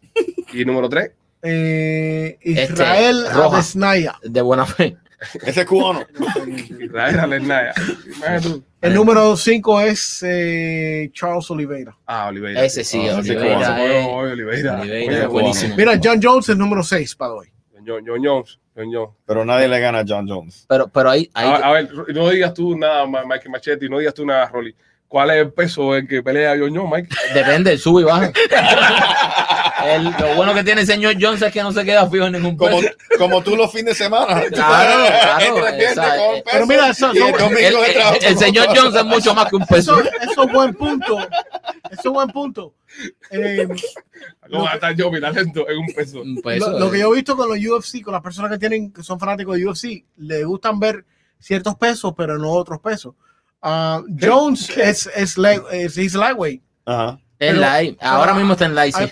Y número tres,
Eh,
Este,
Israel
Roja.
Adesanya.
de buena fe.
Ese
[LAUGHS]
es cubano.
Israel Alernaya. Imagínate tú.
El número 5 es eh, Charles Oliveira.
Ah, Oliveira.
Ese sí,
Ah, ese
Oliveira.
cubano.
eh.
Oye, Oliveira.
Oliveira,
Oye,
buenísimo.
Mira, John Jones es número 6 para hoy.
John, John Jones. John Jones. Ah,
Pero nadie le gana a John Jones.
Pero, pero ahí, ahí
A, a ver, no digas tú nada, Ma- Mike Machete, no digas tú nada, Rolly. ¿Cuál es el peso en que pelea John Jones, Mike?
depende, sube y baja. El- lo bueno que tiene el señor Jones es que no se queda fijo en ningún
Como,
peso.
como tú los fines de semana.
Claro, claro,
Entiende,
esa-
con
eh,
Pero mira, eso-
y el
no-
El,
domingo de
el-
trabajo.
el señor Jones es mucho más que un peso.
Eso, eso es buen punto. Eso es buen punto. [LAUGHS] Eh,
[LAUGHS] ¿Cómo va a estar yo, mi talento, en un
[LAUGHS]
peso?
Un peso,
lo, lo que
eh.
yo he visto con los UFC, con las personas que tienen que son fanáticos de UFC, le gustan ver ciertos pesos, pero no otros pesos. Ah, Jones es, es, light- es- he's lightweight.
Ajá.
Está en la I. Ahora mismo está en la I, sí.
Hay-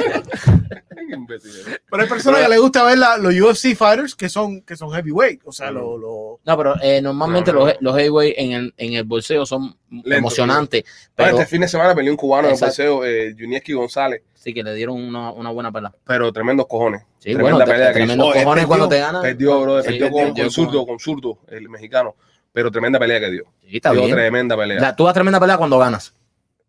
Qué imbécil ¿eh? eres.
pero hay personas que le gusta ver la- los UFC fighters que son, que son heavyweight. O sea, lo, lo-
No, pero eh, normalmente
No, no,
los, los heavyweight en el, en el bolseo son
Lento,
emocionantes,
Ah,
pero
este fin de semana peleó un cubano en el
Exacto.
boxeo, eh, Junieski González,
sí que le dieron una, una buena pelada.
pero tremendos cojones.
Sí,
Tremenda
bueno, te-
pelea que
tremendos
hizo. Oh, él
cojones cuando te
perdió,
ganan.
Perdió, bro,
Ah, Sí,
perdió con,
perdió
con zurdo, con zurdo, el mexicano, pero tremenda pelea que dio.
Sí, está
dio
bien.
tremenda pelea.
La- tú das tremenda pelea cuando ganas.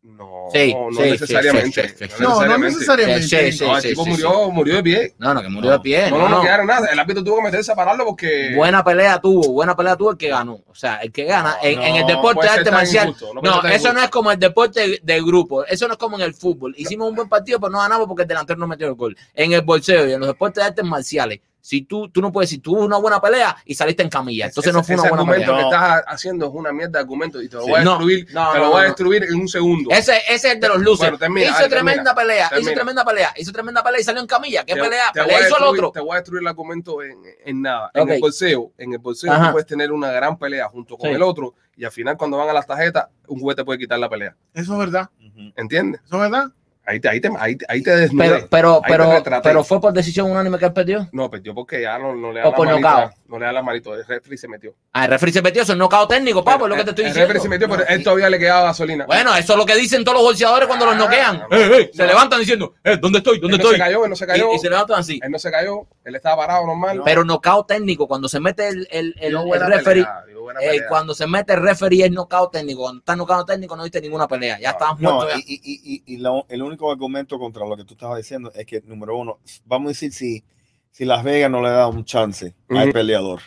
No,
Sí,
no
sí, sí,
necesariamente.
sí, sí, sí.
No, no necesariamente.
Sí, sí, sí.
No, el tipo murió, murió de pie.
No, no, que murió
No.
de pie.
No,
No,
no, no
no.
quedaron nada. El árbitro tuvo que meterse a pararlo porque.
Buena pelea tuvo, buena pelea tuvo el que ganó. O sea, el que gana en, en el
no,
deporte
puede
de
ser
arte
tan
marcial.
injusto, no puede
No,
ser tan
eso no
injusto.
es como el deporte de- de grupo. Eso no es como en el fútbol. Hicimos un buen partido, pero no ganamos porque el delantero no metió el gol. En el bolseo y en los deportes de artes marciales, Si tú, tú no puedes decir, tuvo una buena pelea y saliste en camilla. Entonces no fue una buena
argumento
pelea.
que
No.
estás haciendo es una mierda de argumento y te lo voy a
Sí. No,
destruir.
no,
te
no,
lo voy a
no.
destruir en un segundo.
Ese, ese es el de los luces.
Bueno, termina,
hizo
dale,
tremenda
termina,
pelea, hizo
termina.
tremenda pelea, hizo tremenda pelea y salió en camilla. ¿Qué
Te-
pelea?
te
pelea
voy a
hizo el
destruir-
otro.
Te voy a destruir el argumento en, en nada.
Ok.
En el bolseo, en el bolseo
Ajá.
tú puedes tener una gran pelea junto con
Sí.
el otro y al final cuando van a las tarjetas, un juez te puede quitar la pelea.
Eso es verdad.
Ujú.
¿Entiendes?
Eso es verdad.
Ahí te, ahí te, ahí te, ahí te desnudé.
Pero, pero,
Ahí te
pero,
retraté.
pero fue por decisión unánime que él perdió.
no, perdió porque ya no, no le
O
da la
por
manito.
knockout.
No le da la manito. El refri se metió.
Ah, el referee se metió, eso es nocao técnico, papo, es lo que te estoy
el
diciendo.
refri se metió, pero él todavía le quedaba gasolina.
Bueno, eso es lo que dicen todos los boxeadores cuando los
Ah,
noquean.
no,
Eh, eh, se
no.
levantan diciendo, eh, ¿dónde estoy?
él
¿Dónde
no se
estoy?
cayó, él no se
Y,
cayó. Eh,
y se levantan así.
Él no se cayó, él estaba parado normal.
No.
Pero nocao técnico, cuando se mete el, el, el,
Dio
el
buena
referee,
pelea, dio buena
eh,
pelea.
cuando se mete el referee es nocao técnico. Cuando está nocao técnico no viste ninguna pelea.
No,
Ya estabas
No,
muerto. ya.
y, y- y- y- y lo- el único argumento contra lo que tú estabas diciendo es que, número uno, vamos a decir si, si Las Vegas no le da un chance al
Ujú.
peleador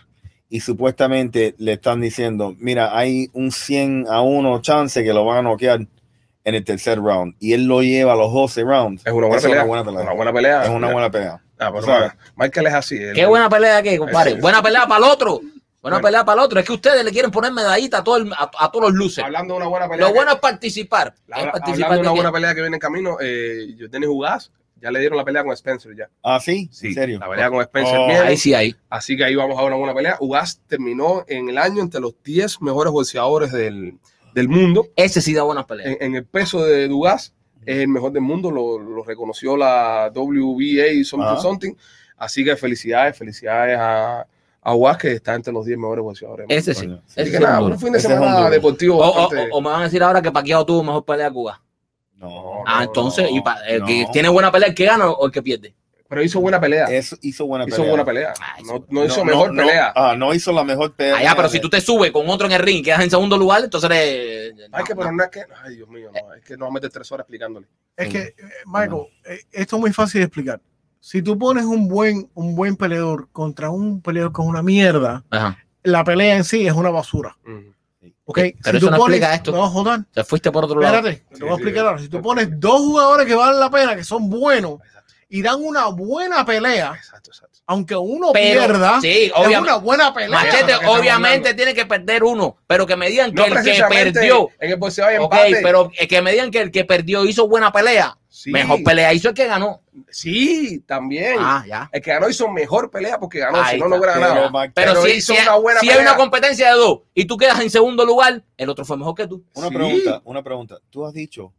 y supuestamente le están diciendo, mira, hay un 100 a 1 chance que lo van a noquear en el tercer round y él lo lleva a los 12 rounds.
Es una buena
Eso
pelea.
Es una buena pelea.
Una buena pelea.
Es una buena pelea.
Ah, pero
O sea,
mira, Michael es así. él-
Qué buena pelea que, compadre.
Eso es.
Buena pelea para el otro. Buena
Bueno.
pelea para el otro. Es que ustedes le quieren poner medallita a, todo el- a, a todos los luces.
Hablando de una buena pelea.
Lo
que-
bueno es participar.
la-
es
hablando
participar
de una
de
buena
que-
pelea que viene en camino, eh, Dennis Jugás ya le dieron la pelea con Spencer ya.
Ah, sí, en serio.
La pelea con Spencer
Oh.
viene,
Ahí sí, ahí.
Así que ahí vamos a ver una buena pelea. Ugas terminó en el año entre los 10 mejores boxeadores del, del mundo.
Ese sí da buenas peleas.
En, en el peso de Ugas es el mejor del mundo, lo, lo reconoció la WBA y Something
Ajá.
Something. Así que felicidades, felicidades a, a Ugas que está entre los 10 mejores boxeadores. del
Ese sí.
Coño.
mundo. Así
Ese
que
sí es Oh,
nada,
duro.
un fin de
Ese es un
semana
duro.
deportivo.
O, o-
bastante-
o- o me van a decir ahora que Paquiao tuvo mejor pelea que Cuba.
No,
Ah,
no,
entonces,
no,
y pa- el que este
no.
tiene buena pelea, el que gana o el que pierde.
Pero hizo buena pelea.
Eso hizo buena pelea.
hizo buena pelea.
Ah, hizo
No,
buena-
no hizo
No,
mejor
no, no.
pelea.
Ah, no hizo la mejor
Eh,
pelea.
Allá, pero si tú te subes con otro en el ring y quedas en segundo lugar, entonces eres.
Hay que,
no,
pero
no.
no es que. Ay, Dios mío, no. Es que nos vamos a meter tres horas explicándole.
Es que, eh, Michael, eh, esto es muy fácil de explicar. Si tú pones un buen, un buen peleador contra un peleador con una mierda,
Ajá.
la pelea en sí es una basura.
Mm.
¿ok?
Sí, pero
Si
eso
tú
no
pones-
explica esto.
No, hold on,
Te fuiste por otro lado.
Espérate, te
Sí,
voy a
sí,
explicar ahora. Si tú
ok.
pones dos jugadores que valen la pena, que son buenos,
Exacto,
y dan una buena
Ah.
pelea,
exacto, exacto.
aunque uno
Pero,
pierda,
sí,
es
obviamente.
una buena pelea.
Machete,
Eso es lo que
obviamente,
estamos
tiene que perder uno, pero que me digan que
No
el que
precisamente
perdió.
En el boxeo hay
Ok,
empate.
pero eh, que me digan que el que perdió hizo buena pelea.
Sí,
Mejor pelea hizo el que ganó.
Sí, también.
Ah, ya.
El que ganó hizo mejor pelea porque ganó.
Ahí
si no, no hubiera
Pero,
ganado.
Mac,
Pero,
Pero
si,
hizo
si-
una buena
si hay
pelea.
una competencia de dos y tú quedas en segundo lugar, el otro fue mejor que tú.
Una
Sí.
pregunta, una pregunta. Tú has dicho,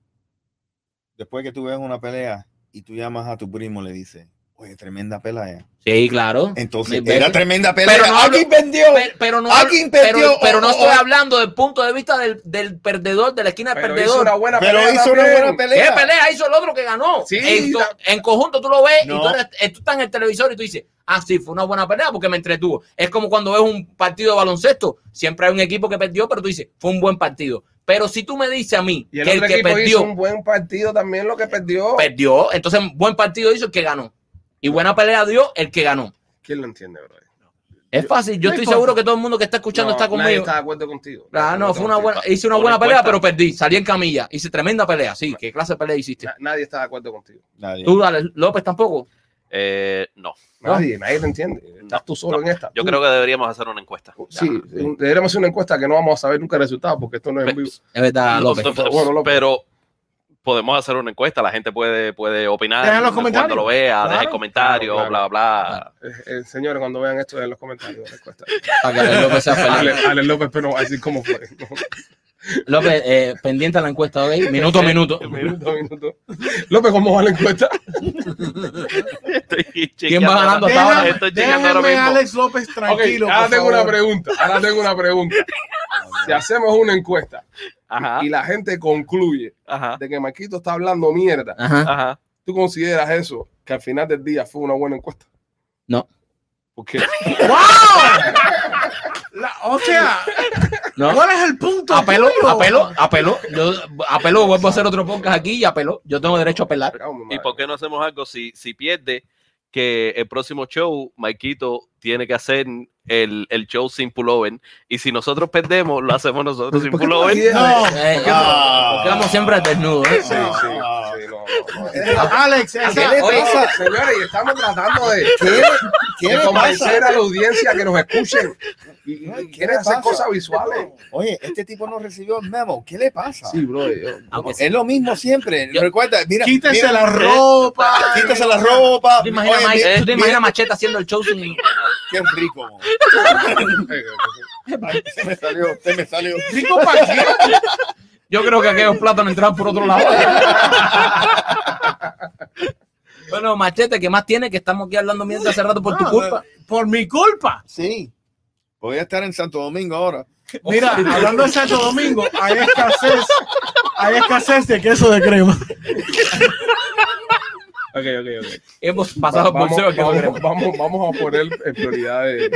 después que tú ves una pelea y tú llamas a tu primo, le dices, oye, tremenda pelea.
Sí, claro.
Entonces,
Mil
era
veces.
tremenda pelea.
Pero no hablo-
Alguien vendió.
Pero, pero no, hablo-
Alguien
pero,
perdió,
pero
o-
no
o-
estoy
o-
hablando del punto de vista del, del perdedor, de la esquina del
Pero hizo
perdedor.
una buena
Pero
pelea.
hizo una
también.
buena pelea.
¿Qué pelea hizo el otro que ganó?
Sí,
en, to-
la-
en conjunto tú lo ves y
No.
tú, eres- eh, tú estás en el televisor y tú dices, ah, sí, fue una buena pelea porque me entretuvo. Es como cuando ves un partido de baloncesto, siempre hay un equipo que perdió, pero tú dices, fue un buen partido. Pero si tú me dices a mí
Y
que
el
el
otro
que
equipo hizo un
perdió,
buen partido también, lo que perdió.
perdió, entonces buen partido hizo el que ganó. Y buena pelea dio el que ganó.
¿Quién lo entiende, bro?
Es fácil, yo
no
estoy
importa.
seguro que todo el mundo que está escuchando
No,
está
Nadie
conmigo.
está de acuerdo contigo.
Ah, no, fue una buena, hice una
Por
buena pelea,
encuesta.
pero perdí. Salí en camilla, hice tremenda pelea. Sí, ¿qué clase de pelea hiciste?
Na- Nadie está de acuerdo contigo.
Nadie.
Tú, dale, López tampoco.
Eh, no,
Nadie, nadie te entiende. Estás tú solo en esta.
yo
Tú-
creo que deberíamos hacer una encuesta.
Uh,
Sí, un- deberíamos hacer una encuesta que no vamos a saber nunca el resultado porque esto no es en vivo.
Es verdad, Ah, López. [LAUGHS]
Pero-
Bueno, López.
Pero podemos hacer una encuesta, la gente puede, puede opinar
Deja los
cuando
comentarios.
lo vea, deja el
Claro.
comentario,
Claro,
bla,
claro.
Ah.
bla.
Eh, eh, señores, cuando vean esto en los comentarios, la encuesta.
Para que Alex López sea
Ale,
feliz.
Ale López, pero no va a decir cómo fue. ¿no?
López, eh, pendiente a la encuesta, ¿ok? Minuto a minuto.
Minuto a minuto. López, ¿cómo va la encuesta?
[LAUGHS] Estoy
¿Quién va
chequeando
ganando hasta
ahora-
ahora?
Estoy chequeando
Déjame
ahora
a
mismo.
Alex López
Ok,
tranquilo.
ahora
por
tengo
favor.
una pregunta. Ahora tengo una pregunta. Si hacemos una encuesta
Ajá,
y la gente concluye
ajá,
de que Marquito está hablando mierda,
Ajá.
ajá.
¿tú consideras eso que al final del día fue una buena encuesta?
No.
¿Por qué?
La- o sea,
[LAUGHS] No.
¿cuál es el punto?
Apelo,
tuyo?
apelo, apelo. Yo apelo, vuelvo a hacer otro podcast aquí y apelo. Yo tengo derecho a apelar.
Cago en mi
¿Y
madre.
por qué no hacemos algo si, si pierde que el próximo show, Maikito tiene que hacer el, el show sin pullover? Y si nosotros perdemos, lo hacemos nosotros sin
¿Por qué tú
pullover.
ideas de-
No,
Eh,
Ah.
porque vamos siempre al desnudo. ¿eh?
Sí, sí,
Ah.
sí, no, no, no.
Alex,
¿Qué
esa-
le
Oye,
pasa?
señores, y estamos tratando de.
¿Qué? ¿Qué
de
le pasa?
convencer a la audiencia que nos escuchen. Y,
Ay,
y
¿qué
quieren
le
hacer
pasa?
cosas visuales.
Oye, este tipo no recibió el memo. ¿Qué le pasa?
Sí, bro. yo-
Aunque
Es lo mismo siempre.
Yo-
Recuerda, mira,
Quítese
mira, eh,
la ropa.
quítese la ropa.
¿Tú te imaginas,
Oye,
Ma-
mira,
tú te
mira,
imaginas Machete haciendo el show sin...
Qué rico. Ay, se me salió, se me salió.
Rico pa' qué.
Yo creo que aquellos plátanos entraron por otro lado. bueno, Machete, ¿qué más tiene? Que estamos aquí hablando mientras hace rato por tu
No,
culpa.
Por mi culpa.
Sí. Voy a estar en Santo Domingo ahora.
Mira, hablando de Santo Domingo, hay escasez, hay escasez de queso de crema.
Ok, ok, ok.
Hemos pasado
Va-
por
vamos,
cero. que no
vamos-
queremos.
vamos- vamos a poner en prioridad de,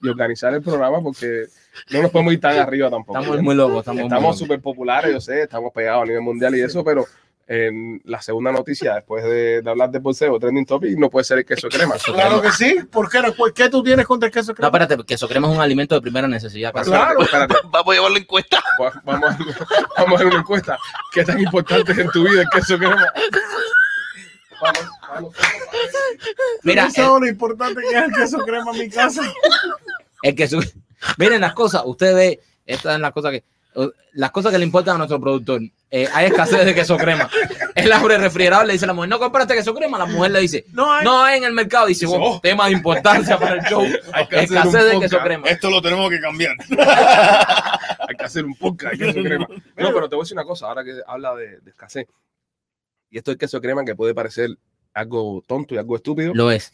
de organizar el programa porque no nos podemos ir tan arriba tampoco.
Estamos muy locos. Estamos, muy
Estamos
locos.
súper populares, yo sé, estamos pegados a nivel mundial y eso, pero en la segunda noticia, después de, de hablar de bolseo, trending topic, no puede ser el queso crema.
Claro que sí. ¿Por qué no? ¿Qué tú tienes contra el queso de
No,
crema?
espérate, que eso creemos un alimento de primera necesidad. casi.
Claro, espérate,
[LAUGHS] Vamos a llevar la encuesta.
va- vamos, a, vamos a hacer una encuesta. ¿Qué tan importante es en tu vida el queso crema? Vamos, vamos.
Mira, eh.
¿Tú no sabes lo importante que es el queso crema en mi casa?
El que sube- Miren las cosas, usted ve, estas son las cosas que o- las cosas que le importan a nuestro productor. Eh, hay escasez de queso crema. Él abre el refrigerador, le dice a la mujer, no compraste queso crema. La mujer le dice,
No hay.
no hay en el mercado. Dice,
Dice,
"Oh,
oh.
tema de importancia
[LAUGHS]
para el show.
Hay que hacer un
Escasez de queso
podcast.
crema.
Esto lo tenemos que cambiar.
hay que hacer un podcast de queso crema. No, pero te voy a decir una cosa, ahora que habla de, de escasez. Y esto del queso crema que puede parecer algo tonto y algo estúpido,
Lo es.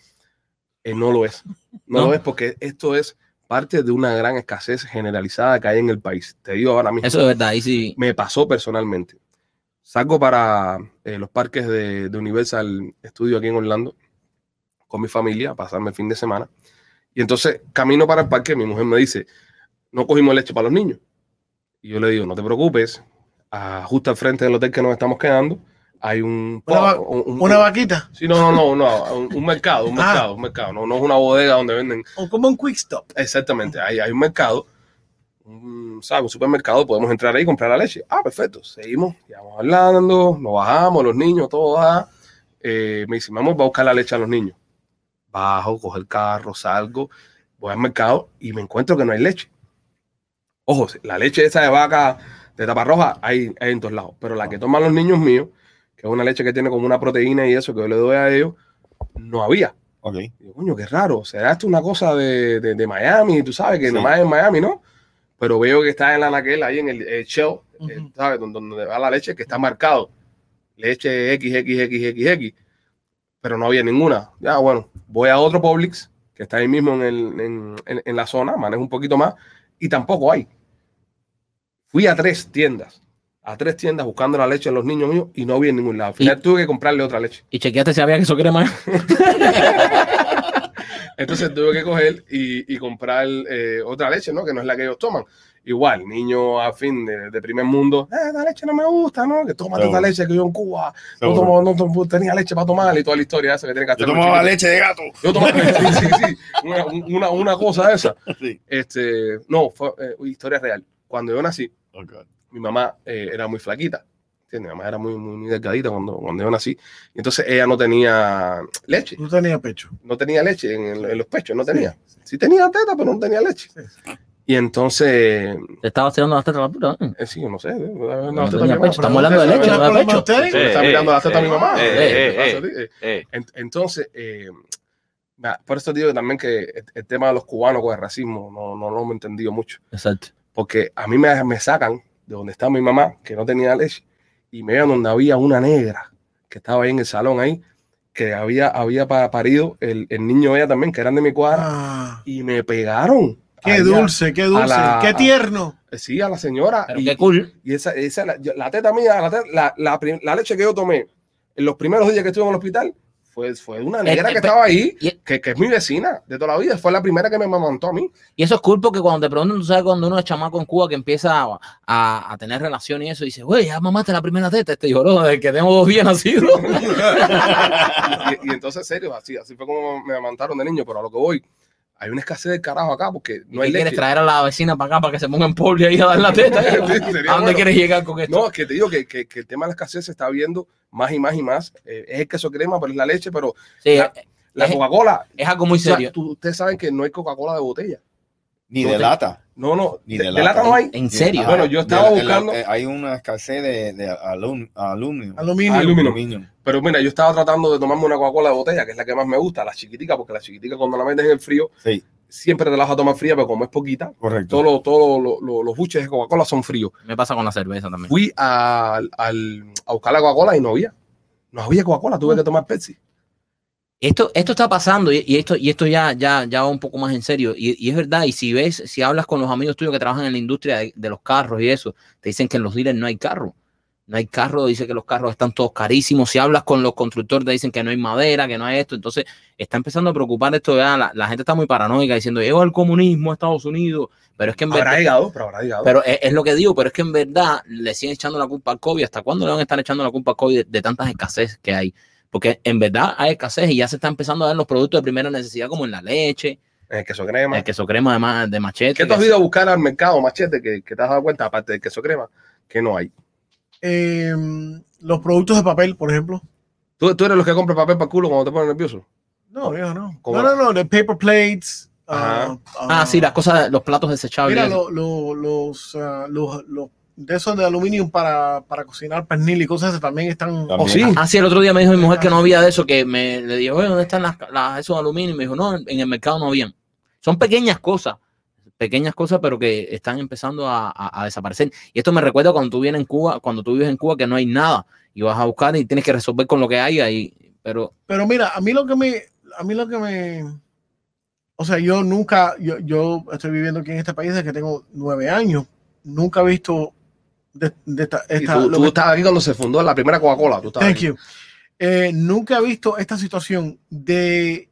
eh, no lo es. No,
¿No?
lo es porque esto es parte de una gran escasez generalizada que hay en el país. Te digo ahora mismo,
Eso es verdad. Y si
me pasó personalmente. Salgo para eh, los parques de, de Universal Studio aquí en Orlando con mi familia a pasarme el fin de semana. Y entonces camino para el parque, mi mujer me dice, no cogimos leche para los niños. Y yo le digo, no te preocupes, ah, justo al frente del hotel que nos estamos quedando hay un...
Una va-
un- un-
Una vaquita.
Sí, no, no, no, no, un, un mercado, un
Ah.
mercado, un mercado. No, no es una bodega donde venden
O como un quick stop.
Exactamente, hay, hay un mercado, un, ¿sabes? un supermercado, podemos entrar ahí y comprar la leche. Ah, perfecto, seguimos, ya vamos hablando, nos bajamos, los niños, todo baja. Eh, me dice, vamos a buscar la leche a los niños. Bajo, cojo el carro, salgo, voy al mercado y me encuentro que no hay leche. Ojo, la leche esa de vaca de tapa roja hay, hay en todos lados, pero la que toman los niños míos, que es una leche que tiene como una proteína y eso que yo le doy a ellos, no había.
Ok.
Digo, coño, qué raro. ¿Será esto una cosa de, de, de Miami? Tú sabes que
Sí.
nomás es en Miami, ¿no? Pero veo que está en la anaquel, ahí en el, el shell, eh,
Ujú.
¿sabes? Donde, donde va la leche, que está marcado. Leche XXXXX. Pero no había ninguna. Ya, bueno, voy a otro Publix, que está ahí mismo en, el- en- en- en la zona, manejo un poquito más, y tampoco hay. Fui a tres tiendas, a tres tiendas buscando la leche en los niños míos y no vi en ningún lado. Al final tuve que comprarle otra leche.
y chequeaste si había queso crema. [LAUGHS]
Entonces tuve que coger y, y comprar eh, otra leche, ¿no? Que no es la que ellos toman. Igual, niño a fin de, de primer mundo, "Eh, esta leche no me gusta, ¿no? Que tómate esta
Seguro.
leche que yo en Cuba no,
Seguro.
tomo- no tomo- tenía leche para tomar y toda la historia esa que tiene que hacer.
Yo
los
tomaba
chiquitos.
leche de gato.
Yo tomaba, sí, sí, sí, una, una, una cosa esa.
[LAUGHS] Sí.
Este, no, fue eh, historia real. Cuando yo nací, mi mamá eh, era muy flaquita. ¿Entiendes? Mi mamá era muy, muy, muy delgadita cuando, cuando yo nací. Y entonces ella no tenía leche
Tú tenías pecho.
no tenía leche en, el- en los pechos, no tenía. Sí tenía teta, pero no tenía leche. Y entonces,
Te estaba tirando las tetas a la puta. ¿eh?
eh, sí, yo no sé. eh, las
No
tetas
tenía
de mi mamá,
pecho,
pero
estamos hablando de
ustedes
leche,
saben,
no de pecho.
ustedes
Eh,
están
eh,
mirando las tetas de mi
eh,
mamá.
eh,
¿qué
eh,
pasa a ti? Eh,
[LAUGHS] Eh,
ent- Entonces, eh, na- por eso digo también que el, el tema de los cubanos con el racismo no, no lo hemos entendido mucho.
Exacto.
Porque a mí me, me sacan de donde estaba mi mamá, que no tenía leche, y me vean donde había una negra que estaba ahí en el salón ahí, que había, había pa- parido el, el niño ella también, que eran de mi cuadra
Ah,
y me pegaron.
qué
Allá.
dulce, qué dulce,
la-
qué tierno.
Sí, a la señora.
Pero
Y,
qué cool.
y esa, esa, la, yo- la teta mía, la, teta- la, la prim- la leche que yo tomé en los primeros días que estuve en el hospital fue, fue una negra
eh,
que
pe-
estaba ahí,
y-
que, que es mi vecina de toda la vida. Fue la primera que me mamantó a
[LAUGHS]
mí.
Y eso es cool porque cuando te preguntan, tú sabes, cuando uno es chamaco en Cuba que empieza a, a- a tener relación y eso, dice, güey, ya mamaste la primera teta. Este dijo, no, desde que tengo dos días nacido.
Y, y entonces, serio, así, así fue como me mamantaron de niño. Pero a lo que voy, hay una escasez de carajo acá porque
[LAUGHS]
no hay
¿Qué
leche. [LAUGHS]
quieres traer a la vecina para acá para que se ponga en polvo ahí a dar la teta? ¿A
Sí,
dónde
sería bueno.
quieres llegar con esto?
No, es que te digo que, que- que el tema de la escasez se está viendo más y más y más. Eh, es el queso crema, pero es la leche, pero
Sí,
la- La
Es-
Coca-Cola.
Es algo muy
o sea,
serio.
tú- ustedes saben que no hay Coca-Cola de botella.
Ni
No
de
te-
lata.
No, no.
Ni
de,
de
de
lata.
lata no hay.
En serio.
Bueno, yo estaba
de- de-
buscando-
eh, hay una escasez de, de alum- aluminio.
Aluminio.
Aluminio.
Aluminio.
Pero mira, yo estaba tratando de tomarme una Coca-Cola de botella, que es la que más me gusta, la chiquitica, porque la chiquitica cuando la metes en el frío,
Sí,
siempre te la vas a tomar fría, pero como es poquita,
correcto.
todos los, todos los, los- los buches de Coca-Cola son fríos.
Me pasa con la cerveza también.
Fui al, al- a buscar la Coca-Cola y no había. No había Coca-Cola, tuve que tomar Pepsi.
Esto, esto está pasando y, y esto, y esto ya, ya, ya va un poco más en serio. Y, y es verdad, y si ves, si hablas con los amigos tuyos que trabajan en la industria de, de los carros y eso, te dicen que en los dealers no hay carro. No hay carro, dice que los carros están todos carísimos. Si hablas con los constructores, te dicen que no hay madera, que no hay esto. Entonces, está empezando a preocupar esto ya. La, la gente está muy paranoica diciendo, llegó el comunismo a Estados Unidos. Pero es que en verdad.
Habrá llegado, pero habrá llegado.
Pero es, es lo que digo, pero es que en verdad le siguen echando la culpa al COVID. ¿Hasta cuándo le van a estar echando la culpa al COVID de, de tantas escasez que hay? Porque en verdad hay escasez y ya se está empezando a dar los productos de primera necesidad, como en la leche,
el queso crema.
el queso crema de, ma- de machete.
¿Qué tú has ido a buscar al mercado, machete, que, que te has dado cuenta, aparte del queso crema, que no hay?
Eh, los productos de papel, por ejemplo.
¿Tú, tú eres los que compra papel para el culo cuando te pones nervioso?
No, yo no.
¿Cómo?
No, no, no, de paper plates.
Ajá.
Ah, sí, las cosas, los platos desechables.
Mira, lo- lo- los, ah, los, los de esos de aluminio para, para cocinar pernil y cosas esas también están.
También.
¿O sí?
Ah, sí, el otro día me dijo mi mujer que no había de eso, que me le dijo, "Oye, ¿dónde están las, las- esos aluminio? Y me dijo, no, en el mercado no habían. Son pequeñas cosas, pequeñas cosas, pero que están empezando a, a- a desaparecer. Y esto me recuerda cuando tú vienes en Cuba, cuando tú vives en Cuba, que no hay nada y vas a buscar y tienes que resolver con lo que hay ahí. Pero
Pero mira, a mí lo que me, a mí lo que me, o sea, yo nunca, yo, yo estoy viviendo aquí en este país desde que tengo nueve años, nunca he visto de, de esta,
Y
esta-
tú,
lo
tú
que-
estabas aquí cuando se fundó la primera Coca-Cola. Tú estabas
Thank
aquí.
you. Eh, nunca he visto esta situación de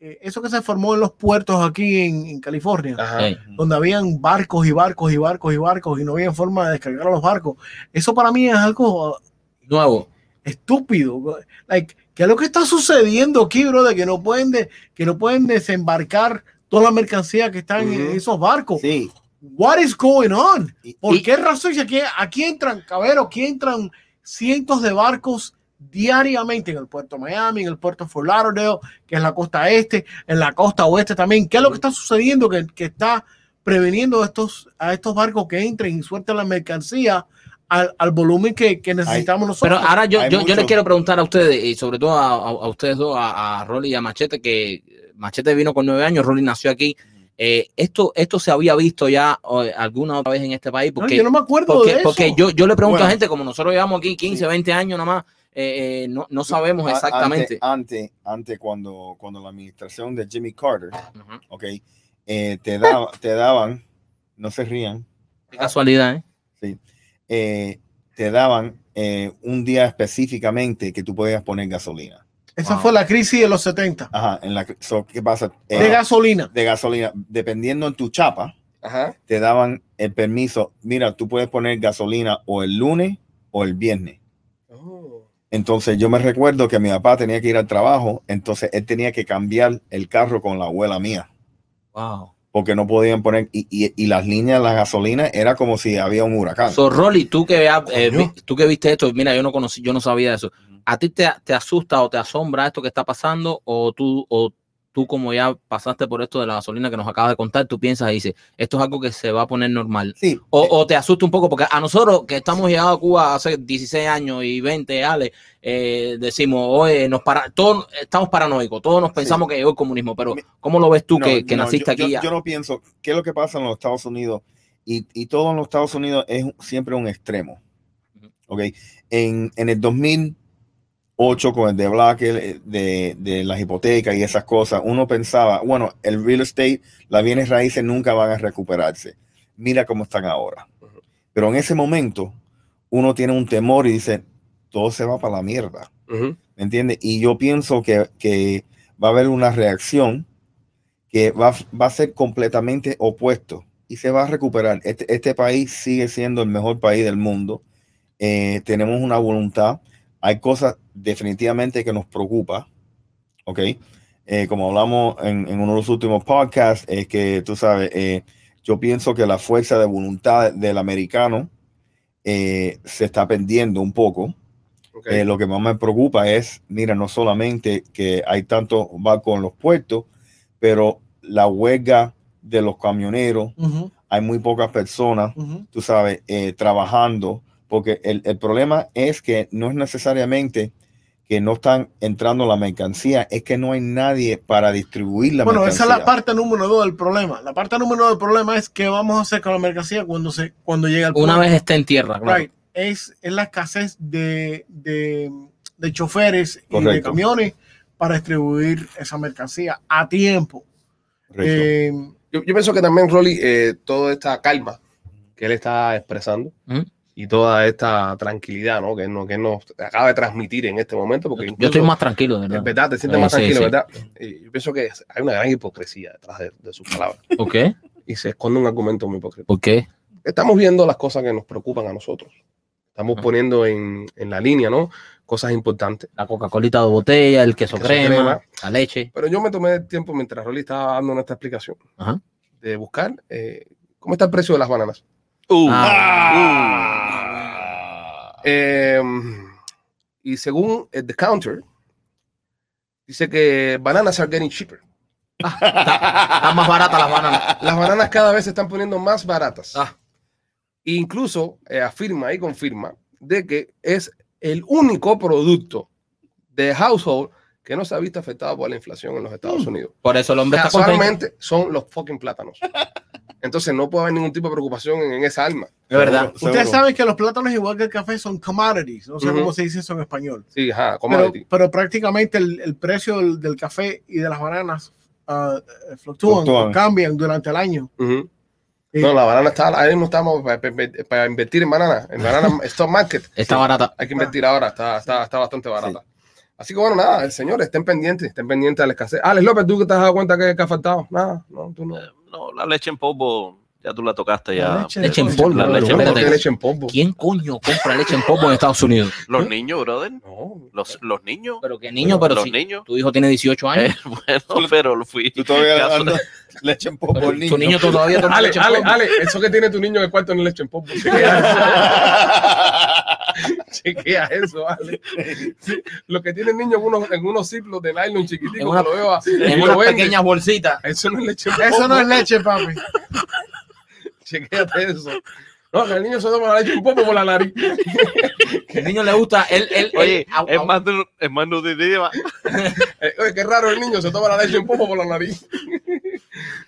eh, eso que se formó en los puertos aquí en, en California,
Ajá.
eh,
donde habían barcos y barcos y barcos y barcos y no había forma de descargar los barcos. Eso para mí es algo
nuevo,
estúpido. bro. Like, ¿qué es lo que está sucediendo aquí, bro? De que no pueden, de- que no pueden desembarcar toda la mercancía que está en-
Ujú.
en esos barcos.
Sí,
What is going on?
Y-
¿Por
y-
qué razón? Si Aquí, aquí entran, cabrero, aquí entran cientos de barcos diariamente en el puerto de Miami, en el puerto de Fort Lauderdale, que es la costa este, en la costa oeste también. ¿Qué es lo que está sucediendo que, que está preveniendo estos, a estos barcos que entren y suelten la mercancía al, al volumen que, que necesitamos
Pero
nosotros?
ahora yo,
Hay
yo, yo les
mucho.
quiero preguntar a ustedes, y sobre todo a, a- a ustedes dos, a, a Rolly y a Machete, que Machete vino con nueve años, Rolly nació aquí. Eh, esto, esto se había visto ya o, alguna otra vez en este país,
No,
porque,
yo no me acuerdo de
porque,
eso.
porque yo, yo le pregunto a
Bueno.
gente, como nosotros llevamos aquí 15, 20 años nada más, eh, eh, no, no sabemos
a-
exactamente.
Antes, antes, antes cuando, cuando la administración de Jimmy Carter,
Ujú.
ok, eh, te, daba- te daban, no se rían,
Qué casualidad, ¿eh?
eh, te daban eh, un día específicamente que tú podías poner gasolina.
Esa
Ah.
Wow.
fue la crisis de los 70,
Ajá, en la, so, ¿qué pasa? Eh,
de gasolina.
de gasolina, dependiendo en tu chapa,
Ajá.
te daban el permiso, mira, tú puedes poner gasolina o el lunes o el viernes.
Oh.
Entonces yo me recuerdo que mi papá tenía que ir al trabajo, entonces él tenía que cambiar el carro con la abuela mía,
Wow.
porque no podían poner, y, y- y las líneas de la gasolina era como si había un huracán.
So, Rolly, tú que, vea- eh,
Coño.
vi- tú que viste esto, mira, yo no conocí, yo no sabía eso. ¿A ti te, te asusta o te asombra esto que está pasando? ¿O tú, o tú como ya pasaste por esto de la gasolina que nos acabas de contar, tú piensas y dices, esto es algo que se va a poner normal?
sí,
O,
eh,
o te asusta un poco, porque a nosotros que estamos llegados a Cuba hace 16 años y 20, Ale, eh, decimos, oye, nos para, todos estamos paranoicos, todos nos pensamos que llegó el comunismo, pero
Mi-
¿cómo lo ves tú
no,
que, que
no,
naciste
yo- yo-
aquí? ya?
Yo, no pienso, ¿qué es lo que pasa en los Estados Unidos? Y, y todo en los Estados Unidos es un- siempre un extremo.
Ujú.
¿ok? En, en el 2008, con el de Black, el- de, de las hipotecas y esas cosas, uno pensaba, bueno, el real estate, las bienes raíces nunca van a recuperarse. Mira cómo están ahora.
Ujú.
Pero en ese momento, uno tiene un temor y dice, todo se va para la mierda.
Ujú.
¿Me entiendes? Y yo pienso que, que va a haber una reacción que va, va a ser completamente opuesto y se va a recuperar. Este, este país sigue siendo el mejor país del mundo. Eh, tenemos una voluntad. Hay cosas definitivamente que nos preocupa, ¿ok? Eh, como hablamos en, en uno de los últimos podcasts, es que tú sabes, eh, yo pienso que la fuerza de voluntad del americano eh, se está perdiendo un poco
Ok.
Eh, lo que más me preocupa es, mira, no solamente que hay tantos barcos en los puertos, pero la huelga de los camioneros,
Ujú,
hay muy pocas personas,
ujú.
tú sabes, eh, trabajando, porque el, el problema es que no es necesariamente que no están entrando la mercancía, es que no hay nadie para distribuir la
Bueno, esa
mercancía.
es la parte número dos del problema. La parte número dos del problema es qué vamos a hacer con la mercancía cuando se cuando llegue al
Una
puerto.
vez esté en tierra, claro.
Right. Es, es la escasez de, de- de choferes y de
Correcto.
camiones para distribuir esa mercancía a tiempo.
Correcto.
Eh,
Yo, yo pienso que también, Rolly, eh, toda esta calma que él está expresando
¿Mm?
y toda esta tranquilidad ¿no? Que, no, que nos acaba de transmitir en este momento, porque
Yo estoy
incluso-
más tranquilo, de
Es
verdad.
verdad, te sientes
Eh,
más
sí,
tranquilo,
sí.
¿verdad? Eh, yo pienso que hay una gran hipocresía detrás de, de sus palabras
¿Por qué?
y se esconde un argumento muy hipócrita.
¿Por qué?
Estamos viendo las cosas que nos preocupan a nosotros. Estamos
Ajá.
poniendo en, en la línea, ¿no? Cosas importantes.
La Coca-Colita de botella, el queso,
Queso
crema,
crema.
la leche.
Pero yo me tomé el tiempo mientras Rolly estaba dando nuestra explicación
Ajá.
de buscar eh, cómo está el precio de las bananas.
Uh,
Eh, y según el The Counter, dice que bananas are getting cheaper.
Están más baratas las bananas.
Las bananas cada vez se están poniendo más baratas.
Ah.
E incluso eh, afirma y confirma de que es el único producto de household que no se ha visto afectado por la inflación en los Estados Unidos.
Por eso el hombre está contento.
Casualmente son los fucking
[LAUGHS]
plátanos. Entonces no puede haber ningún tipo de preocupación en, en esa alma.
Es verdad.
Seguro,
ustedes
seguro.
saben que los plátanos, igual que el café, son commodities. No sé
Ujú.
cómo se dice eso en español.
Sí, ajá,
Pero,
commodity.
pero prácticamente el, el precio del, del café y de las bananas ah, eh, fluctúan,
Fluctúan.
o cambian durante el año.
Ujú.
Eh,
No, la banana está, ahora mismo estamos para, invertir en banana, en
[LAUGHS]
banana stock market.
Está barata.
Hay que invertir ahora, está, está, está bastante barata. Así que bueno, nada, eh, señores, estén pendientes, estén pendientes de la escasez. Alex López, ¿tú que te has dado cuenta que, que ha faltado? Nada, no, tú no.
Eh, no, la leche en polvo, ya tú la tocaste ya.
La leche en
Leche en
polvo.
polvo.
La leche en
¿Por
Espérate.
qué leche en polvo?
¿Quién coño compra leche en polvo en Estados Unidos?
Los niños, brother.
No.
Los, los niños.
Pero qué niño, pero
los
si
niños. [LAUGHS]
tu hijo tiene 18 años.
Eh, bueno, pero lo fui.
Tú todavía
[LAUGHS] caso-
dando leche en polvo
pero
al niño.
[LAUGHS]
Tu niño todavía toma
Ale,
leche en
Ale,
polvo.
Ale, eso que tiene tu niño en el cuarto no es leche en polvo.
[LAUGHS]
Chequea, chequea eso, Ale. Lo que tiene el niño en unos, en unos ciclos de nylon
En
chiquitico,
una-
que lo veo así, y
En
lo
unas
vende.
pequeñas bolsitas.
Eso no es leche en polvo.
Eso no es leche, papi.
Chequéate eso. No, que el niño se toma la leche en polvo por la nariz.
El niño le gusta. Él, él,
Oye,
él- au-
es
au-
más, nu- es más nutritiva.
Eh, oye, qué raro el niño se toma la leche en polvo por la nariz.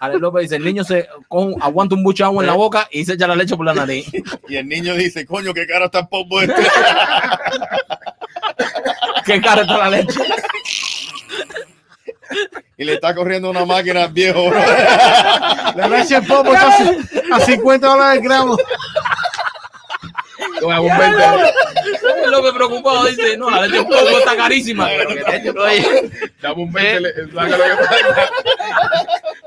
Ale López dice: el niño se con- aguanta un bucho de agua en la
Eh.
boca y se echa la leche por la nariz. [LAUGHS]
Y el niño dice, coño, qué caro está el polvo este.
Qué cara está la leche.
Y le está corriendo una máquina al viejo,
[LAUGHS]
bro.
La leche en polvo está a- a 50 dólares el gramo.
Yo voy a un 20.
[LAUGHS] López preocupado dice: no, la leche en polvo está carísima.
Oye,
Dame un 20, le, eh, saca lo que pasa.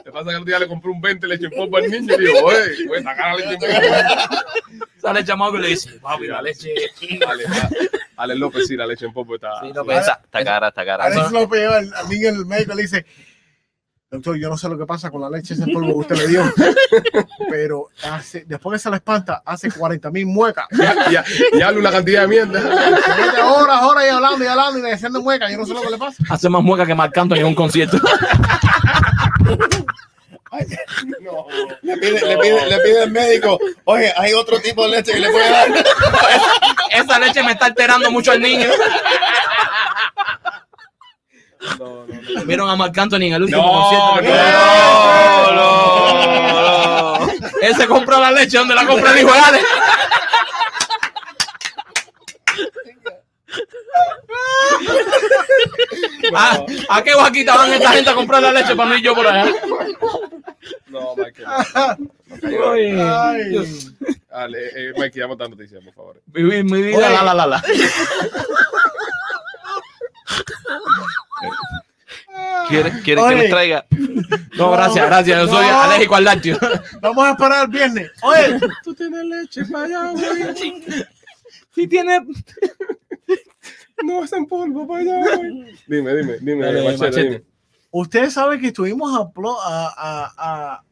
Te pasa que el día [LAUGHS] le compré un 20 leche en polvo al niño y digo, oye, voy a sacar la leche en polvo.
Sale el chamaco y le dice: papi, la leche.
Ale, Ale López, sí, la leche en polvo está.
Sí, no, pero
pues, esa-
esa-
está cara, está cara.
Alex López lleva al al niño el médico y le dice, doctor, yo no sé lo que pasa con la leche ese polvo que usted le
[LAUGHS]
dio, pero hace- después que se la espanta, hace 40 mil muecas.
Ya, ya, ya hable una cantidad de mierda.
Se mete horas, horas y hablando y hablando y haciendo muecas, yo no sé lo que le pasa.
hace más mueca que Marc Anthony en un concierto. [LAUGHS]
Le pide, le, pide, le pide al médico, oye, hay otro tipo de leche que le puede dar.
Esa leche me está alterando mucho al niño. Vieron a Marc Anthony en el último concierto.
no,
No, no, no.
Ese compra la leche donde la compra el hijo de Ale. ¿A, Ah, ¿A qué vaquita van esta gente a comprar la leche para mí y yo por allá?
No, Mike.
Ay.
Ale, eh, Mike, llama otra noticia, por favor.
Vivir mi vida, la, la, la, la.
¿Quieres, quieres que
Oye.
les traiga?
No, gracias, gracias. Yo soy
No.
alérgico al lácteo.
Vamos a esperar el viernes. Oye,
Tú tienes leche para allá, güey.
Si tiene...
No, está en polvo para allá, güey. Dime, dime, dime,
Dale,
machete,
Machete.
dime.
ustedes saben que estuvimos a, plo- a- a- a-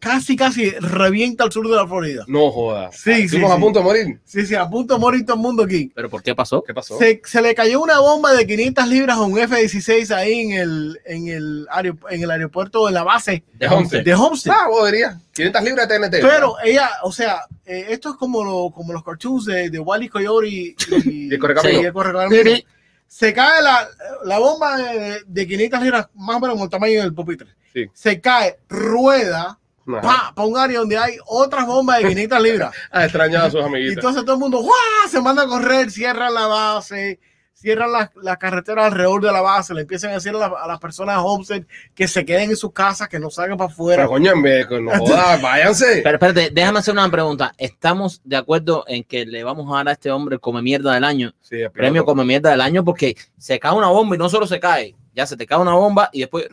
casi, casi revienta al sur de la Florida.
No jodas.
Sí, sí,
Estuvimos
sí.
a punto de morir.
Sí, sí, a punto de morir todo el mundo aquí.
¿Pero por qué pasó?
¿Qué pasó?
Se, se le cayó una bomba de 500 libras a un F-16 ahí en el, en, el aeropu- en el aeropuerto, en la base
De Homestead.
de Homestead.
Ah, bobería. 500 libras de TNT.
Pero ella, o sea, eh, esto es como, lo- como los cartoons de, de Wally Coyote y, y,
[LAUGHS] Y el Correcamino.
y el Correcamino.
Sí, sí.
Se cae la, la bomba de, de 500 libras, más o menos como el tamaño del pupitre.
Sí.
Se cae, rueda,
Nah.
pa, pa un área donde hay otras bombas de 500 libras.
Ha extrañado a sus
y
amiguitas.
entonces todo el mundo ¡guau! se manda a correr, cierran la base, cierran las las carreteras alrededor de la base, le empiezan a decir a, la- a las personas a Homestead que se queden en sus casas, que no salgan para afuera.
Pero coño, en vez de- no
[LAUGHS]
jodas, váyanse.
Pero espérate, déjame hacer una pregunta. ¿Estamos de acuerdo en que le vamos a dar a este hombre el come mierda del año?
Sí, el piloto.
Premio come mierda del año porque se cae una bomba y no solo se cae, ya se te cae una bomba y después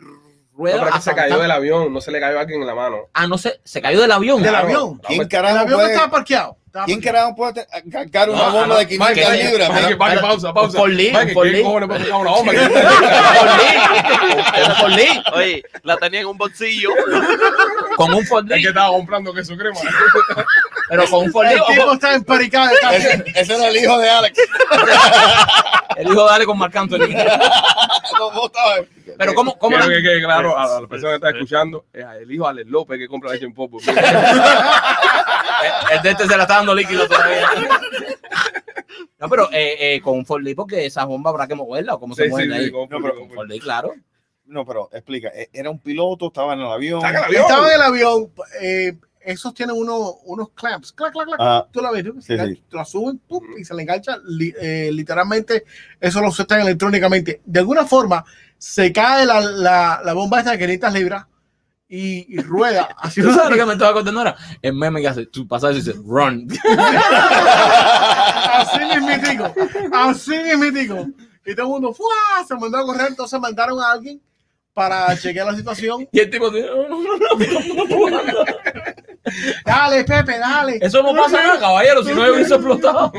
No,
rueda.
pero que
hasta
se cayó
montar-
del avión, no se le cayó a alguien en la mano.
Ah, no sé, se cayó del avión.
Del
Claro. pues,
avión.
¿Quién
El
carajo
avión
puede,
estaba parqueado. estaba
pues,
Ah,
¿quién
parqueado.
carajo puede te- cargar una
No,
bomba
no,
de 500
Mike,
libras?
Mike,
mira?
Mike. para-
pausa,
un forlín,
Mike,
un forlín.
¿quién cojones puede tocar una bomba?
Con Lee,
Oye, la tenía en un bolsillo.
con un Ford
Es que
Lee,
estaba comprando queso crema.
pero con un Ford Lee,
El tipo está emparicado. está
Ese, ese era el hijo de Alex.
el hijo dale con Marc
[LAUGHS]
Anthony.
No, no estaba-
Pero cómo, [LAUGHS] cómo
Quiero
la-
que quede claro a la persona que está escuchando, es el hijo de Alex López que compra leche en
[LAUGHS]
popo. Mira,
el de este se la está dando líquido todavía. No, pero eh, eh, con un Ford Lee, porque esas bombas habrá que moverla o cómo se
sí,
mueven
sí,
ahí.
sí, compra,
No, pero-
compra.
Ford Lee, claro.
No, pero explica. e- Era un piloto, estaba en el avión.
Saca el avión.
Estaba en el avión. eh, esos tienen unos, unos clamps. Clac, clac, clac.
Ah,
Tú la ves, ¿no?
Sí,
Se la-
sí.
la suben ¡pum! y se le engancha li- eh, literalmente. Eso lo sueltan electrónicamente. De alguna forma, se cae la, la, la bomba esta de 500 libras y, y
[LAUGHS]
rueda. Así
¿Tú sabes lo que me estaba contando ahora? El meme que hace, tú pasas y dices, run.
Así mismitico. Así mismitico. Y todo el mundo ¡fua! se mandó a correr. Entonces mandaron a alguien para chequear la situación.
Y el tipo dice, no, no, no, no, no, no.
Dale, Pepe, dale.
Eso no pasa nada, caballero, si no yo hubiese explotado.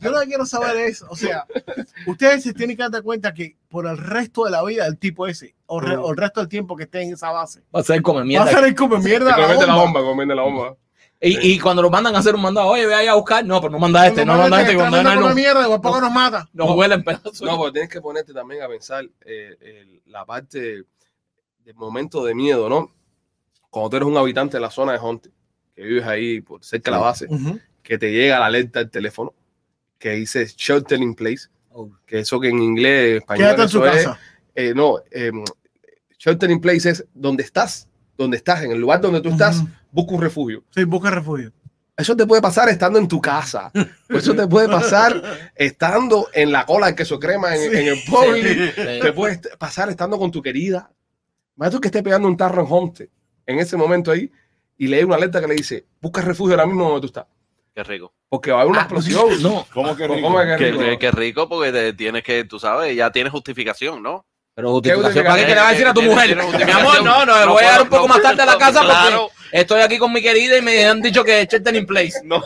Yo lo que quiero saber es, o sea, ustedes se tienen que dar cuenta que por el resto de la vida del tipo ese, o,
Mm.
re- o el resto del tiempo que esté en esa base,
Va a ser como
va a
mierda.
ser el come mierda. a
Que
la
comente la
bomba.
bomba, comente la bomba.
Y, y cuando lo mandan a hacer un mandado, oye, ve ahí a buscar. No, pero no manda este, no
Cuando
manda
manden
este.
que
Cuando
están
no,
dando come
no,
mierda, igual poco nos mata.
nos huelen pedazos.
No, pero tienes que ponerte también a pensar eh, el- la parte del momento de miedo, ¿no? Cuando tú eres un habitante de la zona de Honte, que vives ahí por cerca de la base, que te llega la alerta al teléfono, que dice shelter in place,
Oh.
que eso que en inglés, español,
Quédate en su
eso es,
casa.
eh, no, eh, shelter in place es donde estás, donde estás, en el lugar donde tú estás,
Ujú.
busca un refugio.
Sí, busca refugio.
Eso te puede pasar estando en tu casa. Eso te puede pasar estando en la cola del queso crema en,
Sí.
en el
Sí,
Publix.
sí.
Te puede est- pasar estando con tu querida. Más tú que esté pegando un tarro en Homestead en ese momento ahí y lees una alerta que le dice: busca refugio ahora mismo donde tú estás.
Qué rico.
Porque va a haber una
Ah,
explosión.
No,
¿Cómo que rico?
Ah, ¿Cómo es que
Qué,
rico?
qué- qué rico porque te tienes que, tú sabes, ya tienes justificación, ¿no? Eh,
pero justificación. ¿Para qué
justificación?
que le vas a decir a tu
Tienes-
mujer?
tienes
Mi amor, no,
justificación.
no, voy a
puedo-
dar un poco
no
más tarde a la
puedo-
casa
claro,
porque estoy aquí con mi querida y me han dicho que shelter in place.
No.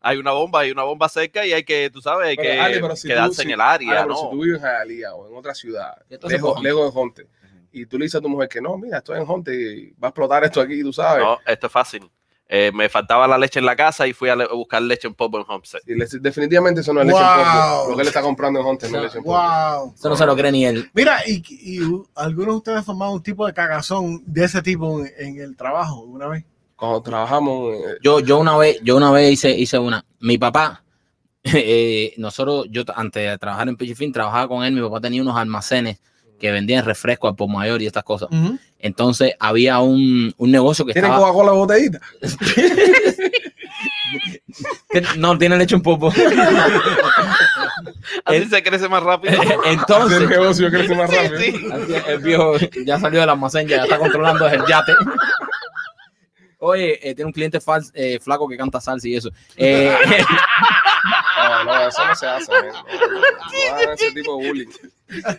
Hay una bomba, hay una bomba cerca y hay que, tú sabes, hay
Pero,
que
Ale, pero si
quedarse
tú-
en
si-
el área,
Ale, pero Si
¿no?
tú vives en Jalía o en otra ciudad,
¿Qué estás
lejos,
haciendo?
lejos de Honte, y tú le dices a tu mujer que no, mira, estoy en Honte y va a explotar esto aquí, tú sabes.
No, esto es fácil. Eh, me faltaba la leche en la casa y fui a, le- a buscar leche en Popo en Homestead.
Y le- definitivamente eso no es leche en
Wow.
polvo. Lo que él está comprando en Honte no es
No,
leche en polvo.
Wow.
Eso no se lo cree ni él.
Mira, y, y uh, algunos de ustedes han formado un tipo de cagazón de ese tipo en, en el trabajo una vez.
Cuando trabajamos, eh,
Yo, yo una vez, yo una vez hice, hice una. Mi papá, [LAUGHS] eh, nosotros, yo t- antes de trabajar en Pichifín, trabajaba con él. Mi papá tenía unos almacenes que vendían refresco al por mayor y estas cosas. Entonces había un, un negocio que
¿tienen
estaba,
Coca-Cola botellita?
que [LAUGHS] no tiene leche un poco.
Así
El-
se crece más rápido.
[LAUGHS]
Ese
Entonces,
negocio crece más
Sí,
rápido.
sí.
Así es, el viejo ya salió del almacén, ya está controlando el yate. Oye, eh, tiene un cliente fal- eh, flaco que canta salsa y eso. Eh, [LAUGHS]
No, no, eso no se hace. eh. No, no, no hagan ese tipo de bullying.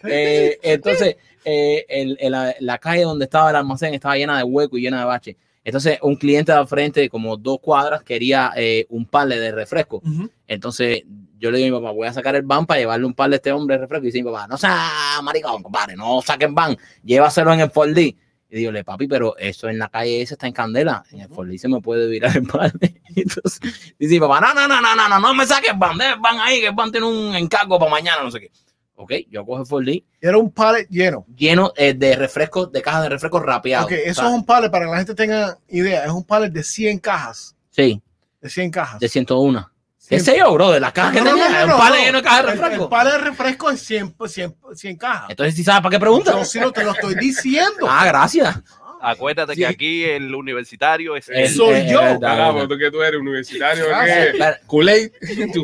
Eh, entonces, eh, el- el- la, la calle donde estaba el almacén estaba llena de hueco y llena de bache. Entonces, un cliente de al frente, como dos cuadras, quería eh, un palé de refresco. Entonces, yo le digo a mi papá, voy a sacar el van para llevarle un palé a este hombre de refresco. Y dice mi papá, no sea maricón, compadre, no saquen van, llévaselo en el 4D. Y digo, le papi, pero eso en la calle esa está en candela. En el Forlí se me puede virar el pan. [LAUGHS] Entonces, dice, papá, no, no, no, no, no, no, no me saques el pan, deja el pan ahí, que el pan tiene un encargo para mañana, no sé qué. Ok, yo cojo el Forlí
Era un pallet lleno.
lleno eh, de refrescos, de cajas de refrescos rapeados.
Ok, eso
O sea,
es un pallet para que la gente tenga idea. Es un pallet de 100 cajas.
Sí,
De 100 cajas.
de 101. ¿Qué
100.
sé yo, bro? De las cajas que
No, no,
tenía,
no, no,
un palé
no.
lleno de cajas de
El-
refrescos.
El pallet de refresco es 100, 100, 100 cajas.
Entonces, ¿sí sabes para qué pregunta?
No, si no te lo estoy diciendo.
Ah, gracias.
Acuérdate
Sí.
que aquí el universitario es
Eh,
el,
Soy
eh,
yo. pues,
es verdad,
Carajo,
es verdad.
¿tú que tú eres universitario?
Ah,
¿Qué?
Pero-
Kool-Aid. [LAUGHS] Tú-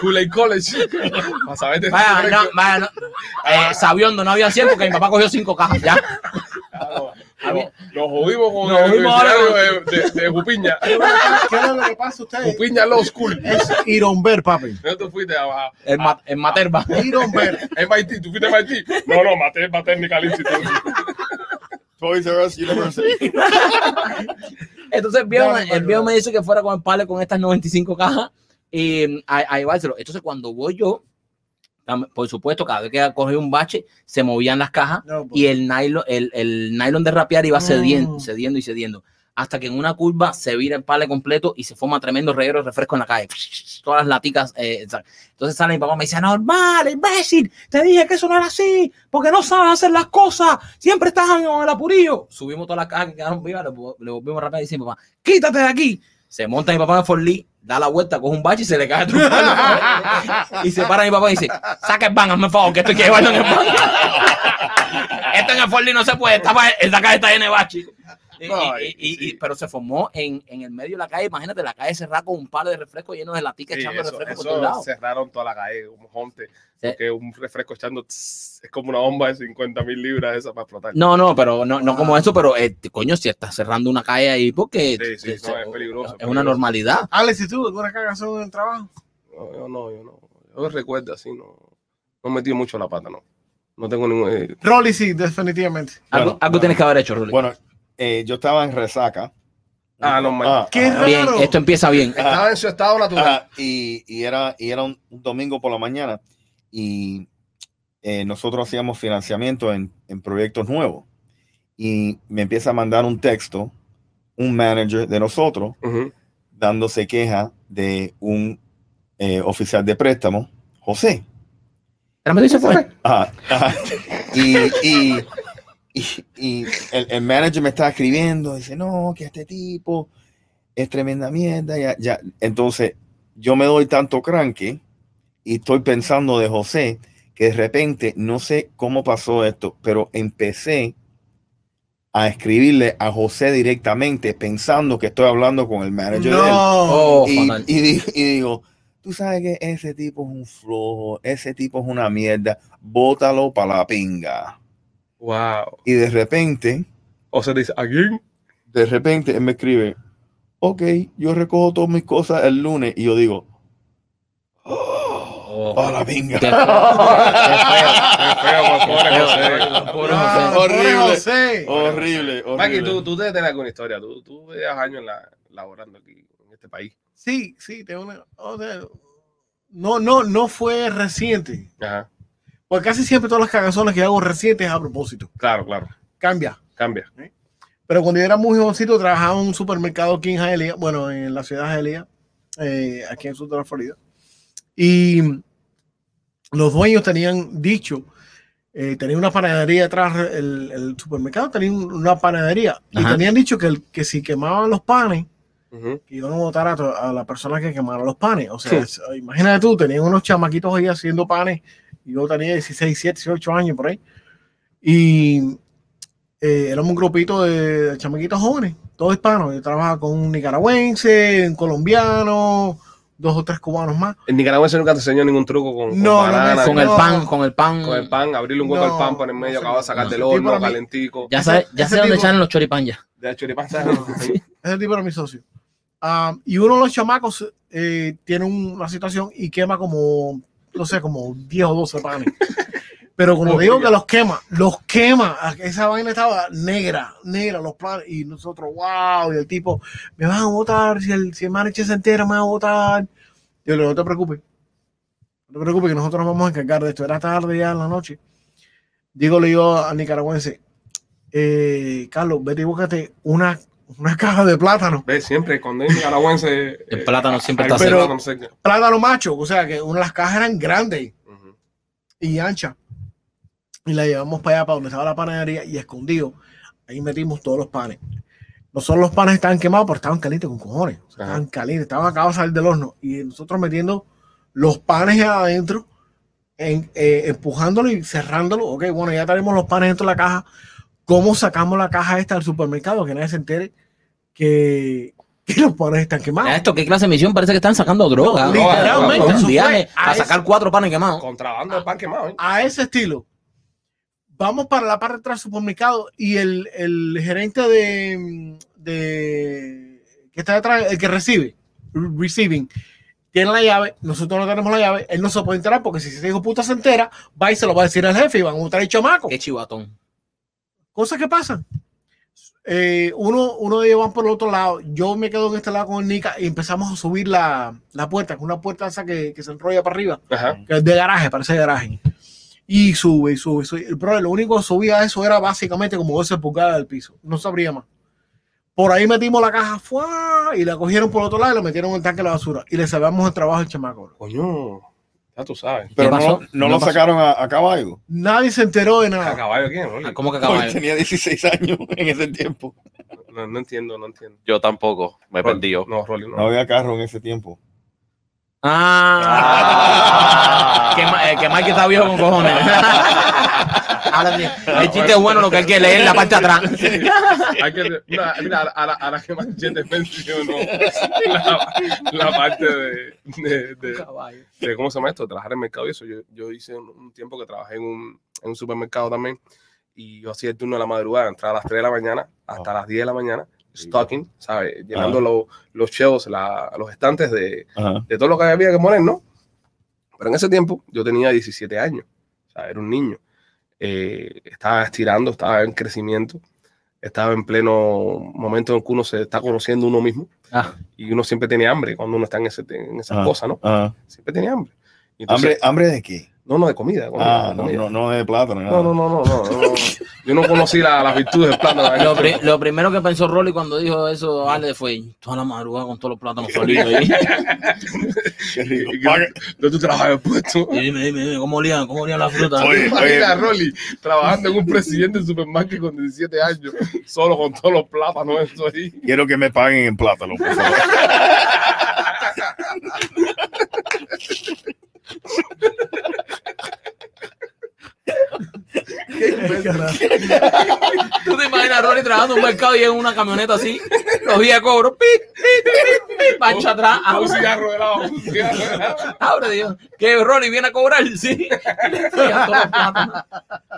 Kool-Aid College. Para saberte.
Eh, Vaya, no, vaya, no.
Ah.
Eh, Sabiondo, no había 100 porque mi papá cogió 5 cajas ya.
Ah,
Claro, no, Nos jodimos con
Nos
el
jodimos ahora
universitario de, de, de Jupiña.
¿Qué es lo que pasa a ustedes?
Jupiña Law School.
Es Iromber, papi.
No tú fuiste a, a
El, ma- el Materba.
Iromber.
MIT. ¿Tú fuiste a MIT? No, no, maté, maté Technical Institute.
Toys R Us University.
Entonces el viejo,
Dale,
me- el
Manuel.
viejo me dice que fuera con el palo con estas 95 cajas y mm, a, a llevárselo. Entonces cuando voy yo, tam- por supuesto, cada vez que cogí un bache, se movían las cajas
No, pues.
y el nylon, el, el nylon de rapear iba
Mm.
cediendo, cediendo y cediendo. Hasta que en una curva se vira el pale completo y se forma tremendo reguero de refresco en la calle. Todas las laticas. eh, sa- entonces sale mi papá y me dice, normal, imbécil, te dije que eso no era así, porque no sabes hacer las cosas, siempre estás en el apurillo. Subimos todas las cajas que quedaron vivas, le, vo- le volvimos rápido y dice, papá, quítate de aquí. Se monta mi papá en el Forlí, da la vuelta, coge un bache y se le cae el truco. y se para mi papá y dice, saca el ban, hazme el favor, que estoy que llevarlo en el ban. Esto en el Forlí no se puede, esta, pa- esta calle está llena de baches. Y- y-
Ay,
y- y-
sí.
pero se formó en, en el medio de la calle, imagínate la calle cerrada con un palo de refresco lleno de latica
Sí,
echando
eso,
refresco por
eso
todos lados.
cerraron toda la calle, un jonte.
Sí.
Porque un refresco echando tss, es como una bomba de 50 mil libras esa para explotar.
No, no, pero no, no como eso, pero eh, coño, si estás cerrando una calle ahí, porque
Ah. Sí, sí,
eh,
no, es peligroso,
es una
peligroso.
normalidad.
Alex, ¿y tú alguna cagazón en el trabajo?
No, yo no, yo no. Yo recuerdo así, no. No he metido mucho la pata, no. No tengo ningún. eh,
Rolly sí, definitivamente.
Algo,
Bueno,
algo
bueno.
tienes que haber hecho, Rolly.
Bueno, eh, yo estaba en resaca.
Ah, no, man.
Qué
ah,
bien,
raro.
esto empieza bien.
Estaba en su estado natural.
Ah, y, y era, y era un, un domingo por la mañana y eh, nosotros hacíamos financiamiento en, en proyectos nuevos. Y me empieza a mandar un texto, un manager de nosotros,
Ujú.
dándose queja de un eh, oficial de préstamo, José.
Espérame, pues. ¿tú se fue?
Ajá, ajá. Y, y- y- y el, el manager me está escribiendo, dice, no, que este tipo es tremenda mierda. Ya, ya. Entonces, yo me doy tanto cranque y estoy pensando de José, que de repente, no sé cómo pasó esto, pero empecé a escribirle a José directamente pensando que estoy hablando con el manager de él
No.
Oh,
y,
fatal.
y di- y digo, tú sabes que ese tipo es un flojo, ese tipo es una mierda, bótalo para la pinga.
Wow.
Y de repente,
O sea, dice, ¿a [LAUGHS] quién?
de repente él me escribe, ok, yo recojo todas mis cosas el lunes y yo digo,
Oh.
para la pinga.
Qué [LAUGHS] feo,
Qué feo, por favor, José.
qué feo, pobre
Ah,
José.
pobre
Horrible.
José.
horrible, horrible.
Maki, tú, tú debes tener alguna historia. Tú, tú llevas años en la- laborando aquí en este país.
Sí, sí, tengo una. o sea, no, no, no fue reciente.
Ajá.
Porque casi siempre todas las cagazones que hago recientes es a propósito.
Claro, claro.
Cambia.
Cambia.
Pero cuando yo era muy jovencito, trabajaba en un supermercado aquí en Hialeah, bueno, en la ciudad de Hialeah, eh, aquí en el sur de la Florida. Y los dueños tenían dicho, eh, tenía una panadería atrás, el, el supermercado tenía un- una panadería, y
Ajá.
tenían dicho que, el- que si quemaban los panes,
Ujú.
que iban a votar a, to- a la persona que quemara los panes. O sea, es- eh, imagínate tú, tenían unos chamaquitos ahí haciendo panes, y yo tenía 16, 17, 18 años por ahí, y eh, éramos un grupito de, de chamaquitos jóvenes, todos hispanos. Yo trabajaba con un nicaragüense, un colombiano, dos o tres cubanos más.
El nicaragüense nunca te enseñó ningún truco con, con
No, no me
banana,
Con
con,
el
No.
pan, con el pan.
el pan, abrirle un hueco
No,
al pan por el medio,
no,
acabas de
señor.
sacar del
No, ese tipo
horno,
a mí-
calentico.
Ya sabes, ya
Ese
sé dónde
tipo-
echan los choripan ya.
De choripán,
[LAUGHS]
¿sabes?
Ese tipo era mi socio. Ah, y uno de los chamacos eh, tiene un- una situación y quema como, no sé, como 10 o 12 panes. Pero cuando digo que los quema, los quema. Ah, Esa vaina estaba negra, negra, los planes. Y nosotros, wow, y el tipo, me van a votar, si el, si el manager se entera, me van a votar. Yo le digo, no te preocupes. No te preocupes que nosotros nos vamos a encargar de esto. Era tarde ya en la noche. Digo, le digo al nicaragüense, eh, Carlos, vete y búscate una, una caja de plátano.
Ve, siempre cuando hay nicaragüense.
El
Ah.
plátano siempre
eh, hay
está
pero-
seco.
plátano seco.
Plátano macho, o sea que una de las cajas eran grandes
Ujú.
y anchas. Y la llevamos para allá, para donde estaba la panadería y escondido. Ahí metimos todos los panes. No solo los panes estaban quemados, pero estaban calientes con cojones. O sea,
Ajá.
estaban calientes, estaban acabados de salir del horno. Y nosotros metiendo los panes adentro, en, eh, empujándolo y cerrándolo. Ok, bueno, ya tenemos los panes dentro de la caja. ¿Cómo sacamos la caja esta del supermercado? Que nadie se entere que, que los panes están quemados.
Mira Ah, esto, ¿qué clase de misión? Parece que están sacando droga.
No, literalmente,
Un
eso fue
viaje
a
a
ese-
sacar cuatro panes quemados.
Contrabando de pan quemado. ¿eh?
a ese estilo. Vamos para la parte de atrás del supermercado y el, el gerente de, de- que está detrás, el que recibe, re- receiving, tiene la llave, nosotros no tenemos la llave, él no se puede enterar porque si ese hijo puta se entera, va y se lo va a decir al jefe y van a traer chamaco.
Qué chivatón.
Cosas que pasan. Eh, uno, uno de ellos van por el otro lado, yo me quedo en este lado con el Nica y empezamos a subir la, la puerta, con una puerta esa que- que se enrolla para arriba
Ajá.
que es de garaje, parece de garaje. Y sube, y sube, sube. El problema, lo único que subía eso era básicamente como 12 pulgadas del piso. No sabría más. Por ahí metimos la caja ¡fua! y la cogieron por otro lado y la metieron en el tanque de la basura. Y le salvamos el trabajo al chamaco.
Coño, ya tú sabes.
Pero no,
pasó?
no
No
lo
pasó.
sacaron a, a caballo.
Nadie se enteró de
¿A
nada.
caballo quién? Rolly?
Ah, ¿Cómo que
Porque
eh.
acabaron?
tenía 16 años [LAUGHS] en ese tiempo.
No, no entiendo, no entiendo.
Yo tampoco, me
Rolly,
perdí yo.
No, Rolly, no.
No había carro en ese tiempo.
Ah, que, Ma- eh, que Mike está viejo con [LAUGHS] cojones. Ahora sí, el chiste es bueno, lo que hay que leer en la parte de atrás.
[LAUGHS] Hay que, mira, mira, a la, a la que Machete mencionó la, la parte de, de- de- de- ¿cómo se llama esto? Trabajar en mercado y eso. Yo, yo hice un, un tiempo que trabajé en un, en un supermercado también y yo hacía el turno de la madrugada, entraba a las 3 de la mañana hasta
Ah.
las 10 de la mañana, stocking, ¿sabes? Llenando los, los shelves, la- los estantes de,
Ajá.
de todo lo que había que poner, ¿no? Pero en ese tiempo yo tenía 17 años, o sea, era un niño. Eh, estaba estirando, estaba en crecimiento, estaba en pleno momento en que uno se está conociendo uno mismo
Ah.
y uno siempre tiene hambre cuando uno está en, ese, en esas
Ah.
cosas, ¿no?
Ajá.
Siempre tiene hambre. Y entonces-
¿Hambre, ¿Hambre de qué?
No, no, de comida. de comida,
Ah,
de
no,
comida.
no, no de plátano. nada.
No, no, no, no, no,
[LAUGHS]
no, no. Yo no conocí la- las virtudes del plátano.
Lo, pri- lo primero que pensó Rolly cuando dijo eso, Ale, fue toda la madrugada con todos los plátanos solitos. ahí".
Qué rico.
Y- y- Yo tú trabajas puesto.
Y dime, dime, dime, ¿cómo olían? ¿Cómo olían las frutas?
Oye,
Imagina a Rolly trabajando en un presidente de supermercado con 17 años, solo con todos los plátanos eso ahí.
Quiero que me paguen en plátano, por favor.
¿Tú te imaginas a Rolly trabajando en un mercado y en una camioneta así? Los días de cobro, pi, pi, pi, pi, pancha atrás,
Un
abre,
cigarro de lado, un cigarro de
[LAUGHS]
lado.
abre, Dios. Que Rolly viene a cobrar, sí. Ya, todos los plátanos.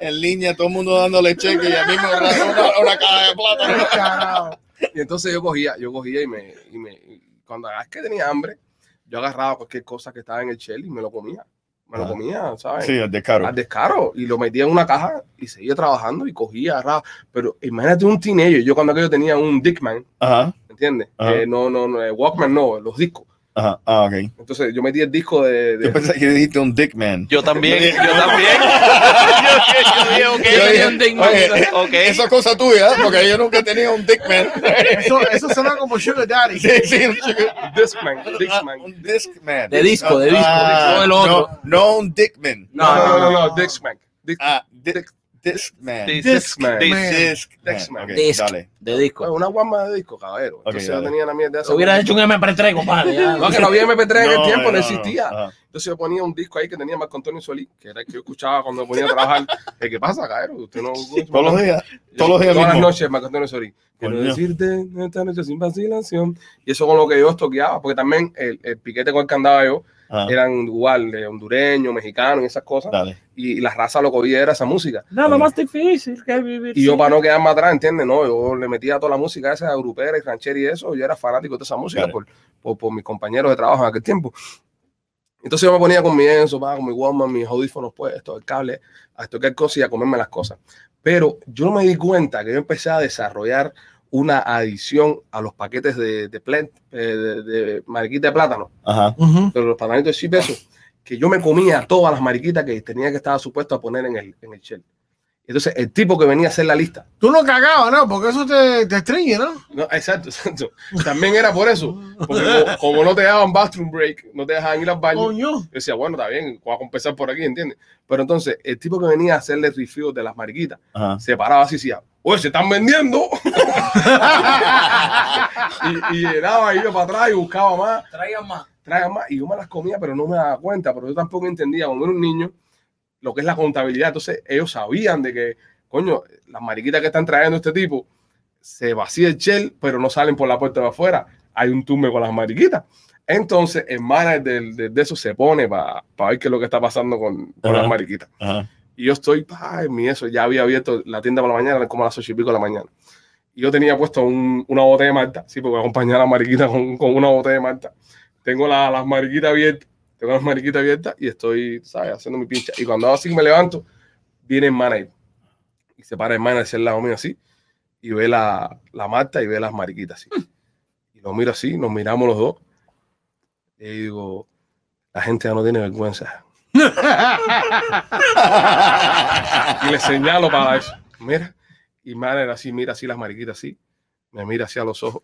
En línea, todo el mundo dándole cheque y a mí me ahorraron una, una caja de plátano.
Carajo.
Y entonces yo cogía, yo cogía y me, y me y cuando ah, es que tenía hambre, yo agarraba cualquier cosa que estaba en el shell y me lo comía. Me lo
Ah.
comía, ¿sabes?
Sí, el descaro.
al descaro y lo metía en una caja y seguía trabajando y cogía agarraba. pero imagínate un teenager yo cuando aquello tenía un Dickman
Ajá,
¿entiendes?
Ajá.
Eh, no, no, no eh, Walkman no los discos
ajá. Ah, ok.
entonces yo metí el disco de, de-
Yo pensé que dijiste un dick man.
Yo también,
[LAUGHS]
yo también.
Yo
[LAUGHS] yo, yo
dije,
dije, ok,
eh,
oye,
ok.
Eso es cosa tuya, porque yo nunca he tenido un dick man. [LAUGHS]
Eso, eso suena como Sugar Daddy.
Sí, sí, un chico-
Discman
Ah,
Discman
un disc man.
De disco, de disco,
Ah,
disco del otro.
No, no un dick man.
no, no, no, no,
no.
Discman Dic-
Ah, di- disc man.
Disc
Discman
Disc-
Disc-
Disc
Disc
man.
man.
Ok,
Disc.
dale.
De disco.
una guama de disco caballero entonces yo
dale.
tenía la mierda esa
Se hubiera hecho un MP3, compadre. [LAUGHS] ya.
no, que no había MP3 en el
No,
tiempo, no,
no, Ah. no.
existía.
Ajá.
Entonces yo ponía un disco ahí que tenía Marco Antonio Solís, que era el que yo escuchaba cuando me ponía a trabajar. [LAUGHS] Eh, ¿Qué pasa, cabrón? Usted no...
Todos los días. Todos los días
Todas las
mismo.
noches, Marco Antonio Solís. Quiero
Coño.
decirte esta noche sin vacilación. Y eso con lo que yo estoqueaba, porque también el, el piquete con el que andaba yo
Ah,
eran igual de hondureño, mexicano y esas cosas.
Dale.
Y, la raza lo que oía era esa música.
Nada más
difícil que vivir.
Y yo, para no quedarme atrás, ¿entiendes? No, yo le metía toda la música esa grupera y ranchera y eso. Yo era fanático de esa música
Claro.
por, por, por mis compañeros de trabajo en aquel tiempo. Entonces yo me ponía con mi Enzo, pa, con mi Walmart, mis audífonos puestos, el cable, a tocar cosas y a comerme las cosas. Pero yo me di cuenta que yo empecé a desarrollar una adicción a los paquetes de, de, plant- eh, de, de mariquita de plátano,
Ajá.
Ujú.
de los platanitos de 100 pesos, que yo me comía todas las mariquitas que tenía que estar supuesto a poner en el, en el shell. Entonces, el tipo que venía a hacer la lista.
Tú no cagabas, ¿no? Porque eso te, te estreñe, ¿no?
No, exacto, [LAUGHS] exacto. También era por eso. Porque como, como no te daban bathroom break, no te dejaban ir al baño. Yo
Coño.
decía, bueno, está bien, voy a compensar por aquí, ¿entiendes? Pero entonces, el tipo que venía a hacerle refill de las mariquitas,
Ajá.
se paraba así y decía, oye, se están vendiendo. [LAUGHS] y, y llenaba, iba para atrás y buscaba más
Traigan más.
traigan más. Y yo me las comía, pero no me daba cuenta, pero yo tampoco entendía cuando era un niño lo que es la contabilidad. Entonces ellos sabían de que, coño, las mariquitas que están trayendo este tipo, se vacía el shell, pero no salen por la puerta de afuera. Hay un tumbe con las mariquitas. Entonces, el manager del- de, de eso se pone para ver qué es lo que está pasando con, con
Ajá.
las mariquitas.
Ajá.
Y yo estoy, pa, en mi eso, ya había abierto la tienda por la mañana, como a las ocho y pico de la mañana. Y yo tenía puesto un- una botella de Malta, sí, porque acompañé a la mariquita con, con una botella de Malta. Tengo la- las mariquitas abiertas, tengo las mariquitas abiertas y estoy, ¿sabes?, haciendo mi pincha. Y cuando hago así que me levanto, viene el manager. Y se para el manager hacia el lado mío así, y ve la, la Malta y ve las mariquitas así. Y lo miro así, nos miramos los dos. Y digo, la gente ya no tiene vergüenza y le señalo para eso. Mira, y madre así, mira así las mariquitas así, me mira así a los ojos,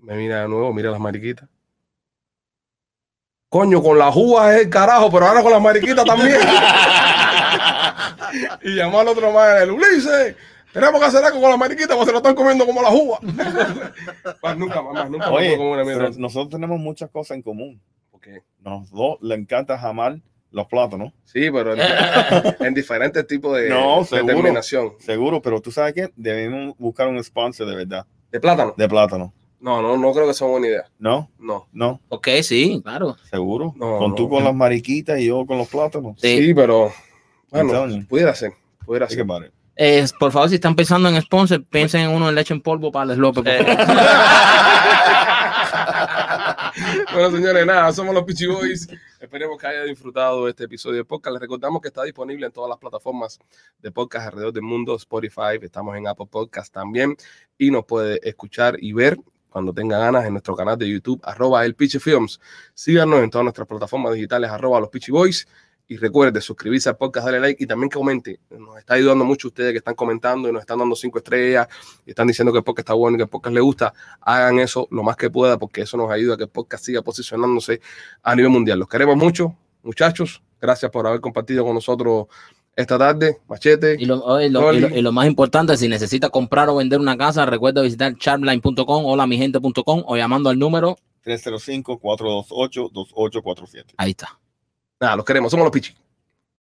me mira de nuevo, mira las mariquitas. Coño, con las uvas es el carajo, pero ahora con las mariquitas también. y llamó al otro madre, Ulises, tenemos que hacer algo con las mariquitas porque se lo están comiendo como las uvas. [LAUGHS] más nunca, más nunca.
Oye,
me como una mierda.
pero nosotros tenemos muchas cosas en común.
Ok.
Nos dos le encanta jamar los plátanos.
Sí, pero en, en diferentes tipos de
No,
de
seguro.
terminación.
Seguro, pero tú sabes qué? Debemos buscar un sponsor de verdad,
¿De plátano?
de plátano.
No, no, no creo que sea buena idea.
¿No?
No.
¿No?
Ok, sí, claro.
¿Seguro?
No,
con
no.
tú con las mariquitas y yo con los plátanos.
Sí.
Sí, pero bueno,
Antonio.
pudiera ser, pudiera
Así que
ser.
pare.
Eh, por favor, si están pensando en sponsor, piensen en uno en leche en polvo para Les López. por
Eh.
favor.
[LAUGHS] Bueno, señores, nada, somos los Peachy Boys. Esperemos que hayan disfrutado este episodio de podcast. Les recordamos que está disponible en todas las plataformas de podcast alrededor del mundo, Spotify, estamos en Apple Podcast también y nos puede escuchar y ver cuando tenga ganas en nuestro canal de YouTube, arroba el Peachy Films. Síganos en todas nuestras plataformas digitales, arroba los Peachy Boys. Y recuerde suscribirse al podcast, darle like y también que comente. Nos está ayudando mucho ustedes que están comentando y nos están dando cinco estrellas y están diciendo que el podcast está bueno y que el podcast les gusta hagan eso lo más que pueda porque eso nos ayuda a que el podcast siga posicionándose a nivel mundial. Los queremos mucho, muchachos. Gracias por haber compartido con nosotros esta tarde. Machete.
Y lo, oye, lo- y lo- y lo más importante, si necesita comprar o vender una casa, recuerda visitar charline.com o lamigente.com o llamando al número.
305-428-2847.
Ahí está.
Nada, los queremos. Somos los Pichi.